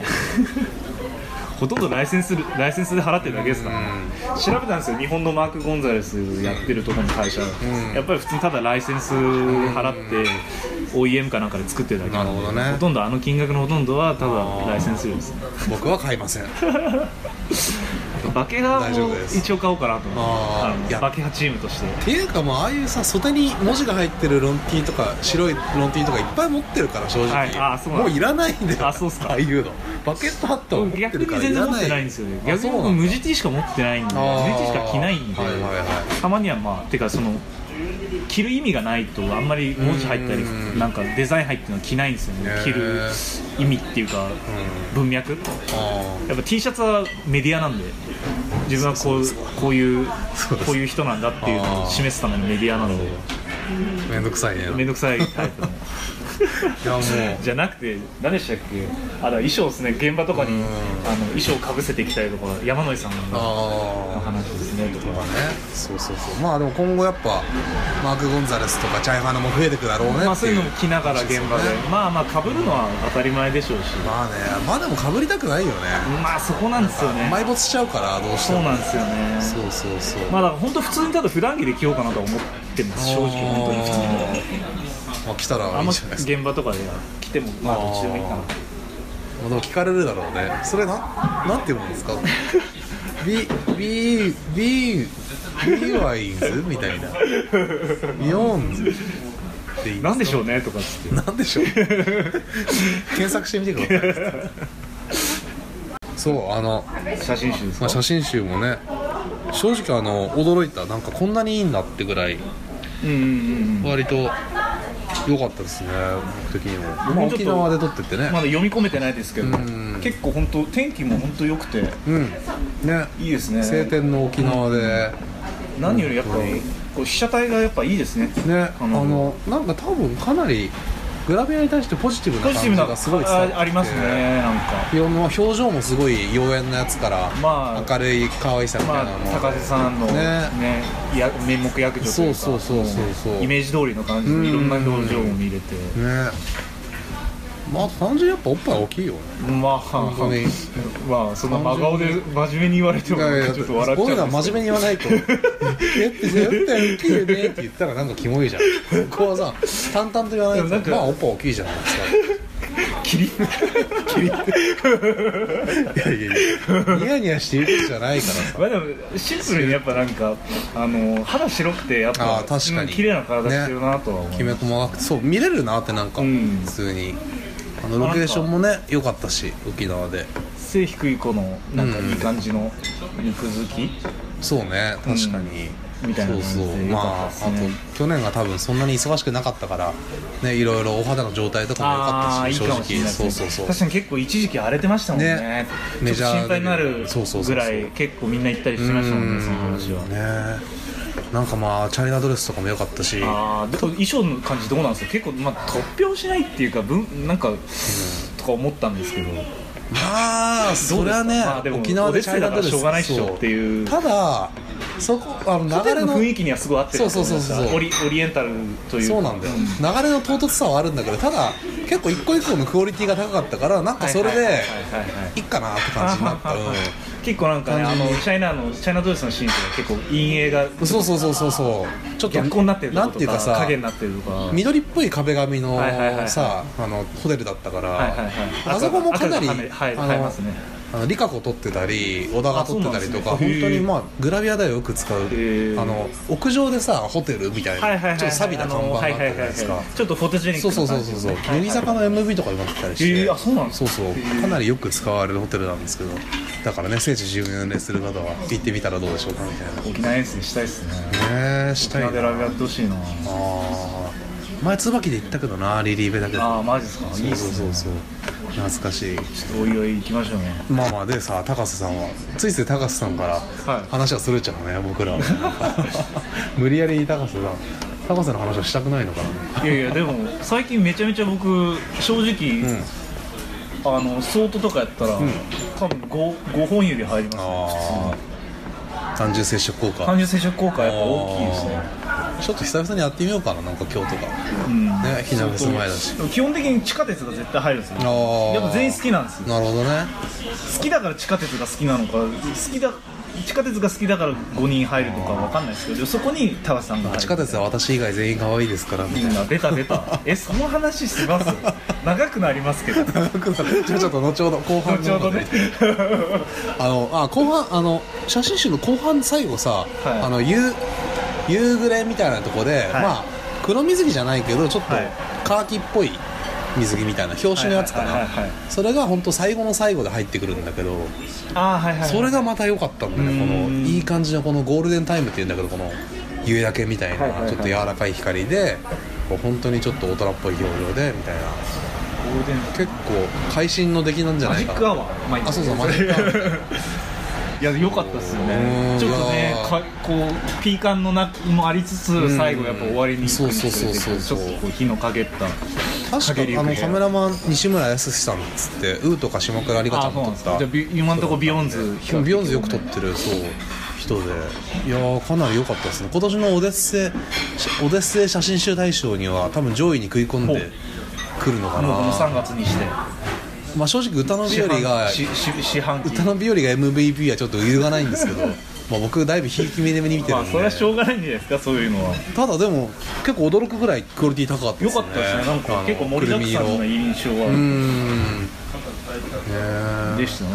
[SPEAKER 2] ほとんどライセンスライセンスで払ってるだけですからね調べたんですよ日本のマーク・ゴンザレスやってるとこの会社、
[SPEAKER 1] ん
[SPEAKER 2] やっぱり普通にただライセンス払って OEM かなんかで作ってるだけなんで
[SPEAKER 1] なるほどね
[SPEAKER 2] とんどあの金額のほとんどはただライセンス料ですね
[SPEAKER 1] 僕は買いません
[SPEAKER 2] バケハ
[SPEAKER 1] 大丈
[SPEAKER 2] も
[SPEAKER 1] 夫です
[SPEAKER 2] 一応買おうかなと思
[SPEAKER 1] あー
[SPEAKER 2] っ
[SPEAKER 1] い
[SPEAKER 2] て
[SPEAKER 1] や
[SPEAKER 2] バケハチームとして
[SPEAKER 1] っていうかもうああいうさ袖に文字が入ってるロン T とか白いロン T とかいっぱい持ってるから正直、
[SPEAKER 2] はいあそうなん
[SPEAKER 1] も
[SPEAKER 2] だ
[SPEAKER 1] ういらないんだよ
[SPEAKER 2] あそうっすか
[SPEAKER 1] ああいうのバケットハットは持って
[SPEAKER 2] 逆
[SPEAKER 1] る
[SPEAKER 2] に
[SPEAKER 1] から
[SPEAKER 2] 全
[SPEAKER 1] い
[SPEAKER 2] 然
[SPEAKER 1] ら
[SPEAKER 2] 持っ
[SPEAKER 1] な
[SPEAKER 2] て
[SPEAKER 1] い
[SPEAKER 2] ないんですよね逆に
[SPEAKER 1] あそうな
[SPEAKER 2] 僕
[SPEAKER 1] んだ
[SPEAKER 2] 無地 T しか持ってないんで無
[SPEAKER 1] あー
[SPEAKER 2] 地 T しか着ないんで、
[SPEAKER 1] はいはいはい
[SPEAKER 2] たまにはまあてかその着る意味がないとあんまり文字入ったり
[SPEAKER 1] うん
[SPEAKER 2] なんかデザイン入ってるのは着ないんですよね
[SPEAKER 1] へー
[SPEAKER 2] 着る意味っていうか文脈や
[SPEAKER 1] あ
[SPEAKER 2] っぱ T シャツはメディアなんで自分はこうこういうこういう人なんだっていうのを示すためのメディアなので
[SPEAKER 1] あめんどくさいね
[SPEAKER 2] 面倒くさいタイプの。
[SPEAKER 1] いやもう
[SPEAKER 2] じゃなくて何でしたっけあだから衣装ですね現場とかに
[SPEAKER 1] うん
[SPEAKER 2] あの衣装かぶせていきたいとか山野井さんの
[SPEAKER 1] あ
[SPEAKER 2] 話ですねと
[SPEAKER 1] あまあ
[SPEAKER 2] か
[SPEAKER 1] ねそうそうそうまあでも今後やっぱマーク・ゴンザレスとかチャイハナも増えてくだろうねっていう、
[SPEAKER 2] まあそういうのも着ながら現場でまあまあかぶるのは当たり前でしょうし
[SPEAKER 1] まあねまあでも被りたくないよね
[SPEAKER 2] まあそこなんですよね
[SPEAKER 1] 埋没しちゃうからどうして
[SPEAKER 2] そう
[SPEAKER 1] も
[SPEAKER 2] なんですよね
[SPEAKER 1] そうそうそう
[SPEAKER 2] まあだから本当普通にただ普段着で着ようかなとは思ってます正直本当に普通に
[SPEAKER 1] まあ来たら
[SPEAKER 2] あ
[SPEAKER 1] い
[SPEAKER 2] ん
[SPEAKER 1] い
[SPEAKER 2] ま
[SPEAKER 1] じゃないですか
[SPEAKER 2] 現場とかでは着てもまあどっちでもいいかな
[SPEAKER 1] まあでも聞かれるだろうねそれななんて読むんですかビビビビワインズみたいなビヨーンズって言い
[SPEAKER 2] なんでし
[SPEAKER 1] ょ
[SPEAKER 2] ょうねとかっつって
[SPEAKER 1] うなんでしょう検索してみてくださいそうあの、
[SPEAKER 2] 写真集で
[SPEAKER 1] ま
[SPEAKER 2] すか
[SPEAKER 1] あ、写真集もね正直あの驚いたなんかこんなにいいんだってぐらい
[SPEAKER 2] うんうんうんうん
[SPEAKER 1] 割と良かったですね僕的にも、まあ
[SPEAKER 2] もうちょっと
[SPEAKER 1] 沖縄で撮ってってね、
[SPEAKER 2] まだ読み込めてないですけど
[SPEAKER 1] ん
[SPEAKER 2] 結構本当天気も本当良くて
[SPEAKER 1] うんね
[SPEAKER 2] いいですね
[SPEAKER 1] 晴天の沖縄で、
[SPEAKER 2] 何よりやっぱりこう被写体がやっぱいいですね
[SPEAKER 1] ねあ
[SPEAKER 2] あの
[SPEAKER 1] のなんか多分かなりグラビアに対してポジティブな
[SPEAKER 2] ポ
[SPEAKER 1] 感
[SPEAKER 2] ジテ
[SPEAKER 1] じ
[SPEAKER 2] ィブ
[SPEAKER 1] がすごい伝わって
[SPEAKER 2] なあありますねなんか
[SPEAKER 1] いろんな表情もすごい妖艶なやつから、
[SPEAKER 2] まあ
[SPEAKER 1] 明るい可愛さみた
[SPEAKER 2] ま
[SPEAKER 1] いなのも、
[SPEAKER 2] あ高瀬さんの
[SPEAKER 1] ね
[SPEAKER 2] ねや面目役女というか
[SPEAKER 1] そうそうそうそうそう
[SPEAKER 2] もイメージ通りの感じ
[SPEAKER 1] うん
[SPEAKER 2] でいろんな表情も見れて
[SPEAKER 1] ねまあ単純にやっぱおっぱい大きいよね
[SPEAKER 2] まあ
[SPEAKER 1] 本当に
[SPEAKER 2] まあそんな真顔で真面目に言われてもなんか ちょっと笑っちゃう
[SPEAKER 1] こ
[SPEAKER 2] ん
[SPEAKER 1] ういうのは
[SPEAKER 2] です
[SPEAKER 1] 真面目に言わないと「えって絶対大きいよね」って言ったらなんかキモいじゃん ここはさ淡々と言わない
[SPEAKER 2] でもなん
[SPEAKER 1] と「
[SPEAKER 2] か
[SPEAKER 1] まあおっぱい大きいじゃないですか」
[SPEAKER 2] キリ
[SPEAKER 1] いやいやいやニヤニヤして言うことじゃないからさ
[SPEAKER 2] まあでもシンプルにやっぱなんかあの肌白くてやっぱ
[SPEAKER 1] あー確かに
[SPEAKER 2] うん綺麗な体してるなとは思います
[SPEAKER 1] きめ細かくてそう見れるなってなんか、
[SPEAKER 2] うん
[SPEAKER 1] 普通にあのロケーションもね良かったし沖縄で
[SPEAKER 2] 背低い子のなんかいい感じの肉付き、
[SPEAKER 1] そうね確かに、
[SPEAKER 2] うんみたいな感じ
[SPEAKER 1] そ
[SPEAKER 2] で
[SPEAKER 1] うそう
[SPEAKER 2] 良
[SPEAKER 1] まあ
[SPEAKER 2] か
[SPEAKER 1] あ
[SPEAKER 2] ったですね
[SPEAKER 1] と去年が多分そんなに忙しくなかったからねいろいろお肌の状態とかも良か
[SPEAKER 2] あ
[SPEAKER 1] っ
[SPEAKER 2] あ
[SPEAKER 1] た
[SPEAKER 2] いい
[SPEAKER 1] し
[SPEAKER 2] か
[SPEAKER 1] 正
[SPEAKER 2] もしれ
[SPEAKER 1] 直
[SPEAKER 2] ないです
[SPEAKER 1] そ
[SPEAKER 2] ね
[SPEAKER 1] うそうそう
[SPEAKER 2] 確かに結構一時期荒れてましたもんね
[SPEAKER 1] ね
[SPEAKER 2] ちょ
[SPEAKER 1] メ
[SPEAKER 2] っ
[SPEAKER 1] ジ
[SPEAKER 2] と
[SPEAKER 1] ャー
[SPEAKER 2] 心配になる
[SPEAKER 1] そうそうそう
[SPEAKER 2] ぐらい結構みんな行ったりしてましたもんねその話は
[SPEAKER 1] ねなんかまあチャイナドレスとかも良かったし
[SPEAKER 2] あーでも衣装の感じどうなんですか結構、まあ、突拍しないっていうか分なんか、とか思ったんですけど
[SPEAKER 1] まあそれはね、
[SPEAKER 2] まあでも
[SPEAKER 1] 沖縄でチャイナドレ
[SPEAKER 2] オデッセイだから
[SPEAKER 1] ス
[SPEAKER 2] しょうがないっしょっていう
[SPEAKER 1] そただそこあの
[SPEAKER 2] ホテ
[SPEAKER 1] 流れ
[SPEAKER 2] ルの
[SPEAKER 1] の
[SPEAKER 2] 雰囲気にはすごい合ってると思いました
[SPEAKER 1] そうそうそうそう
[SPEAKER 2] オリオリエンタルという
[SPEAKER 1] そうなんだよ、流れの唐突さはあるんだけどただ結構一個一個のクオリティが高かったからなんかそれ
[SPEAKER 2] はいはい
[SPEAKER 1] で
[SPEAKER 2] はいはいは
[SPEAKER 1] い
[SPEAKER 2] い
[SPEAKER 1] っかなって感じになった、うん
[SPEAKER 2] 結構なんかねあ
[SPEAKER 1] 単
[SPEAKER 2] の
[SPEAKER 1] 純に
[SPEAKER 2] チャイナのチャイナドレスのシーンとか結構陰影が
[SPEAKER 1] そうそうそうそうそうちょっと
[SPEAKER 2] 逆光になってると
[SPEAKER 1] な
[SPEAKER 2] か
[SPEAKER 1] んていうかさ
[SPEAKER 2] 影になってるとかはい
[SPEAKER 1] 緑っぽい壁紙の
[SPEAKER 2] はいはいはい
[SPEAKER 1] さあのホテルだったから、
[SPEAKER 2] はいはい
[SPEAKER 1] あそこもかなり
[SPEAKER 2] 赤がはい
[SPEAKER 1] あ
[SPEAKER 2] 入り
[SPEAKER 1] の
[SPEAKER 2] ますね
[SPEAKER 1] あのリカコ撮ってたり小田が撮ってたりとか、本
[SPEAKER 2] あそうなんですね
[SPEAKER 1] 当に
[SPEAKER 2] へー
[SPEAKER 1] まあグラビアではよく使うあ
[SPEAKER 2] ー
[SPEAKER 1] の屋上でさホテルみたいな、
[SPEAKER 2] はいはいはい
[SPEAKER 1] ちょっと錆びた看板があったじゃないですか、
[SPEAKER 2] あのはいはいはいはいちょっとフォトジェニッ
[SPEAKER 1] そう
[SPEAKER 2] ク
[SPEAKER 1] そう
[SPEAKER 2] な
[SPEAKER 1] そう
[SPEAKER 2] 感
[SPEAKER 1] そ
[SPEAKER 2] じ
[SPEAKER 1] う
[SPEAKER 2] です
[SPEAKER 1] そ
[SPEAKER 2] ね
[SPEAKER 1] う
[SPEAKER 2] はい
[SPEAKER 1] 乃木坂の MV とかになってたりして、
[SPEAKER 2] えーあそうなんです
[SPEAKER 1] そ
[SPEAKER 2] か
[SPEAKER 1] うそう
[SPEAKER 2] へー
[SPEAKER 1] かなりよく使われるホテルなんですけどだからね聖地巡礼する方は行ってみたらどうでしょうかみたい
[SPEAKER 2] 沖縄遠征したいですね
[SPEAKER 1] なねえし
[SPEAKER 2] 沖
[SPEAKER 1] た
[SPEAKER 2] 縄
[SPEAKER 1] い
[SPEAKER 2] で
[SPEAKER 1] な
[SPEAKER 2] ライブやってほしいな
[SPEAKER 1] あー前椿で行ったけどなリリーベだけど
[SPEAKER 2] ああマジですかいい
[SPEAKER 1] そうそう
[SPEAKER 2] っすね
[SPEAKER 1] そうそう懐かしい
[SPEAKER 2] ちょっとおいおい行きましょうね
[SPEAKER 1] まあまあでさ高瀬さんはついつい高瀬さんから
[SPEAKER 2] い
[SPEAKER 1] 話はするっちゃうね、僕らは 無理やり高瀬さん高瀬の話はしたくないのかない
[SPEAKER 2] やいやでも最近めちゃめちゃ僕正直、あのソートとかやったら、多分 5, 5本指入りますね
[SPEAKER 1] ああ単純接触効果
[SPEAKER 2] 単純接触効果やっぱ大きいですね
[SPEAKER 1] ちょっと久々にやってみようかななんか今日とか、ねひなフェス前だし
[SPEAKER 2] でも基本的に地下鉄が絶対入るんですよ
[SPEAKER 1] あー
[SPEAKER 2] やっぱ全員好きなんですよ
[SPEAKER 1] なるほどね
[SPEAKER 2] 好きだから地下鉄が好きなのか好きだ地下鉄が好きだから5人入るとかわかんないですけどでもそこに高橋さんが入る
[SPEAKER 1] 地下鉄は私以外全員可愛いですからみた
[SPEAKER 2] い
[SPEAKER 1] い
[SPEAKER 2] い
[SPEAKER 1] な
[SPEAKER 2] な出た 出たえその話します長くなりますけど 後
[SPEAKER 1] 長くなるじゃあちょっと後ほど後半の
[SPEAKER 2] ほど ね
[SPEAKER 1] あのあ後半あの写真集の後半最後さ、
[SPEAKER 2] はい
[SPEAKER 1] あの夕夕暮れみたいなとこで、まあ黒水着じゃないけどちょっと
[SPEAKER 2] はい
[SPEAKER 1] カーキっぽい水着みたいな表紙のやつか
[SPEAKER 2] はいは
[SPEAKER 1] ない
[SPEAKER 2] はいはい
[SPEAKER 1] それが本当最後の最後で入ってくるんだけど
[SPEAKER 2] ああはいはいはい
[SPEAKER 1] それがまた良かったんだねこのいい感じのこのゴールデンタイムっていうんだけどこの夕焼けみたい
[SPEAKER 2] はいはいは
[SPEAKER 1] ないちょっと柔らかい光でこう本当にちょっと大人っぽい表情でみたいな
[SPEAKER 2] ゴールデン
[SPEAKER 1] 結構会心の出来なんじゃ
[SPEAKER 2] マ
[SPEAKER 1] ない
[SPEAKER 2] ジ
[SPEAKER 1] か
[SPEAKER 2] ック
[SPEAKER 1] な
[SPEAKER 2] アワーまあいい
[SPEAKER 1] あそうそうマジックアワー
[SPEAKER 2] いや良かったですよ
[SPEAKER 1] う
[SPEAKER 2] ね
[SPEAKER 1] ん
[SPEAKER 2] ちょっと
[SPEAKER 1] い
[SPEAKER 2] ね
[SPEAKER 1] やー
[SPEAKER 2] かこうピーカンのなもありつつ最後やっぱ終わりに行くにつれて
[SPEAKER 1] そうそうそうそう
[SPEAKER 2] ちょっとこう火のかげった
[SPEAKER 1] 確か
[SPEAKER 2] 陰りゆ
[SPEAKER 1] あ
[SPEAKER 2] く部
[SPEAKER 1] の
[SPEAKER 2] 屋
[SPEAKER 1] カメラマン西村康さんっつってウーとか島倉里香ち
[SPEAKER 2] あ
[SPEAKER 1] ゃ
[SPEAKER 2] あ
[SPEAKER 1] ん
[SPEAKER 2] そう
[SPEAKER 1] も撮
[SPEAKER 2] なん
[SPEAKER 1] っ
[SPEAKER 2] ですか
[SPEAKER 1] た
[SPEAKER 2] じゃあビ今のとこビヨンズ
[SPEAKER 1] でもビヨンズよく撮ってるそう人でいやーかなり良かったですね今年のオデッセイオデッセイ写真集大賞には多分上位に食い込ん
[SPEAKER 2] ほ
[SPEAKER 1] で
[SPEAKER 2] う
[SPEAKER 1] くるのかな
[SPEAKER 2] もうこの3月にして
[SPEAKER 1] まあ正直歌の日和が
[SPEAKER 2] しし四半期
[SPEAKER 1] 歌の日和が MVP はちょっと揺るがないんですけどまあ僕だいぶひいき目で見てるんで、
[SPEAKER 2] まあそれはしょうがないんじゃないですかそういうのは
[SPEAKER 1] ただでも結構驚くぐらいクオリティ高かったで
[SPEAKER 2] 良
[SPEAKER 1] すね
[SPEAKER 2] かったですねなん
[SPEAKER 1] あ
[SPEAKER 2] か
[SPEAKER 1] の
[SPEAKER 2] 結構盛りだくさ
[SPEAKER 1] く
[SPEAKER 2] ん
[SPEAKER 1] る
[SPEAKER 2] の
[SPEAKER 1] み色
[SPEAKER 2] 印象
[SPEAKER 1] うー
[SPEAKER 2] は
[SPEAKER 1] んねえ
[SPEAKER 2] でしたね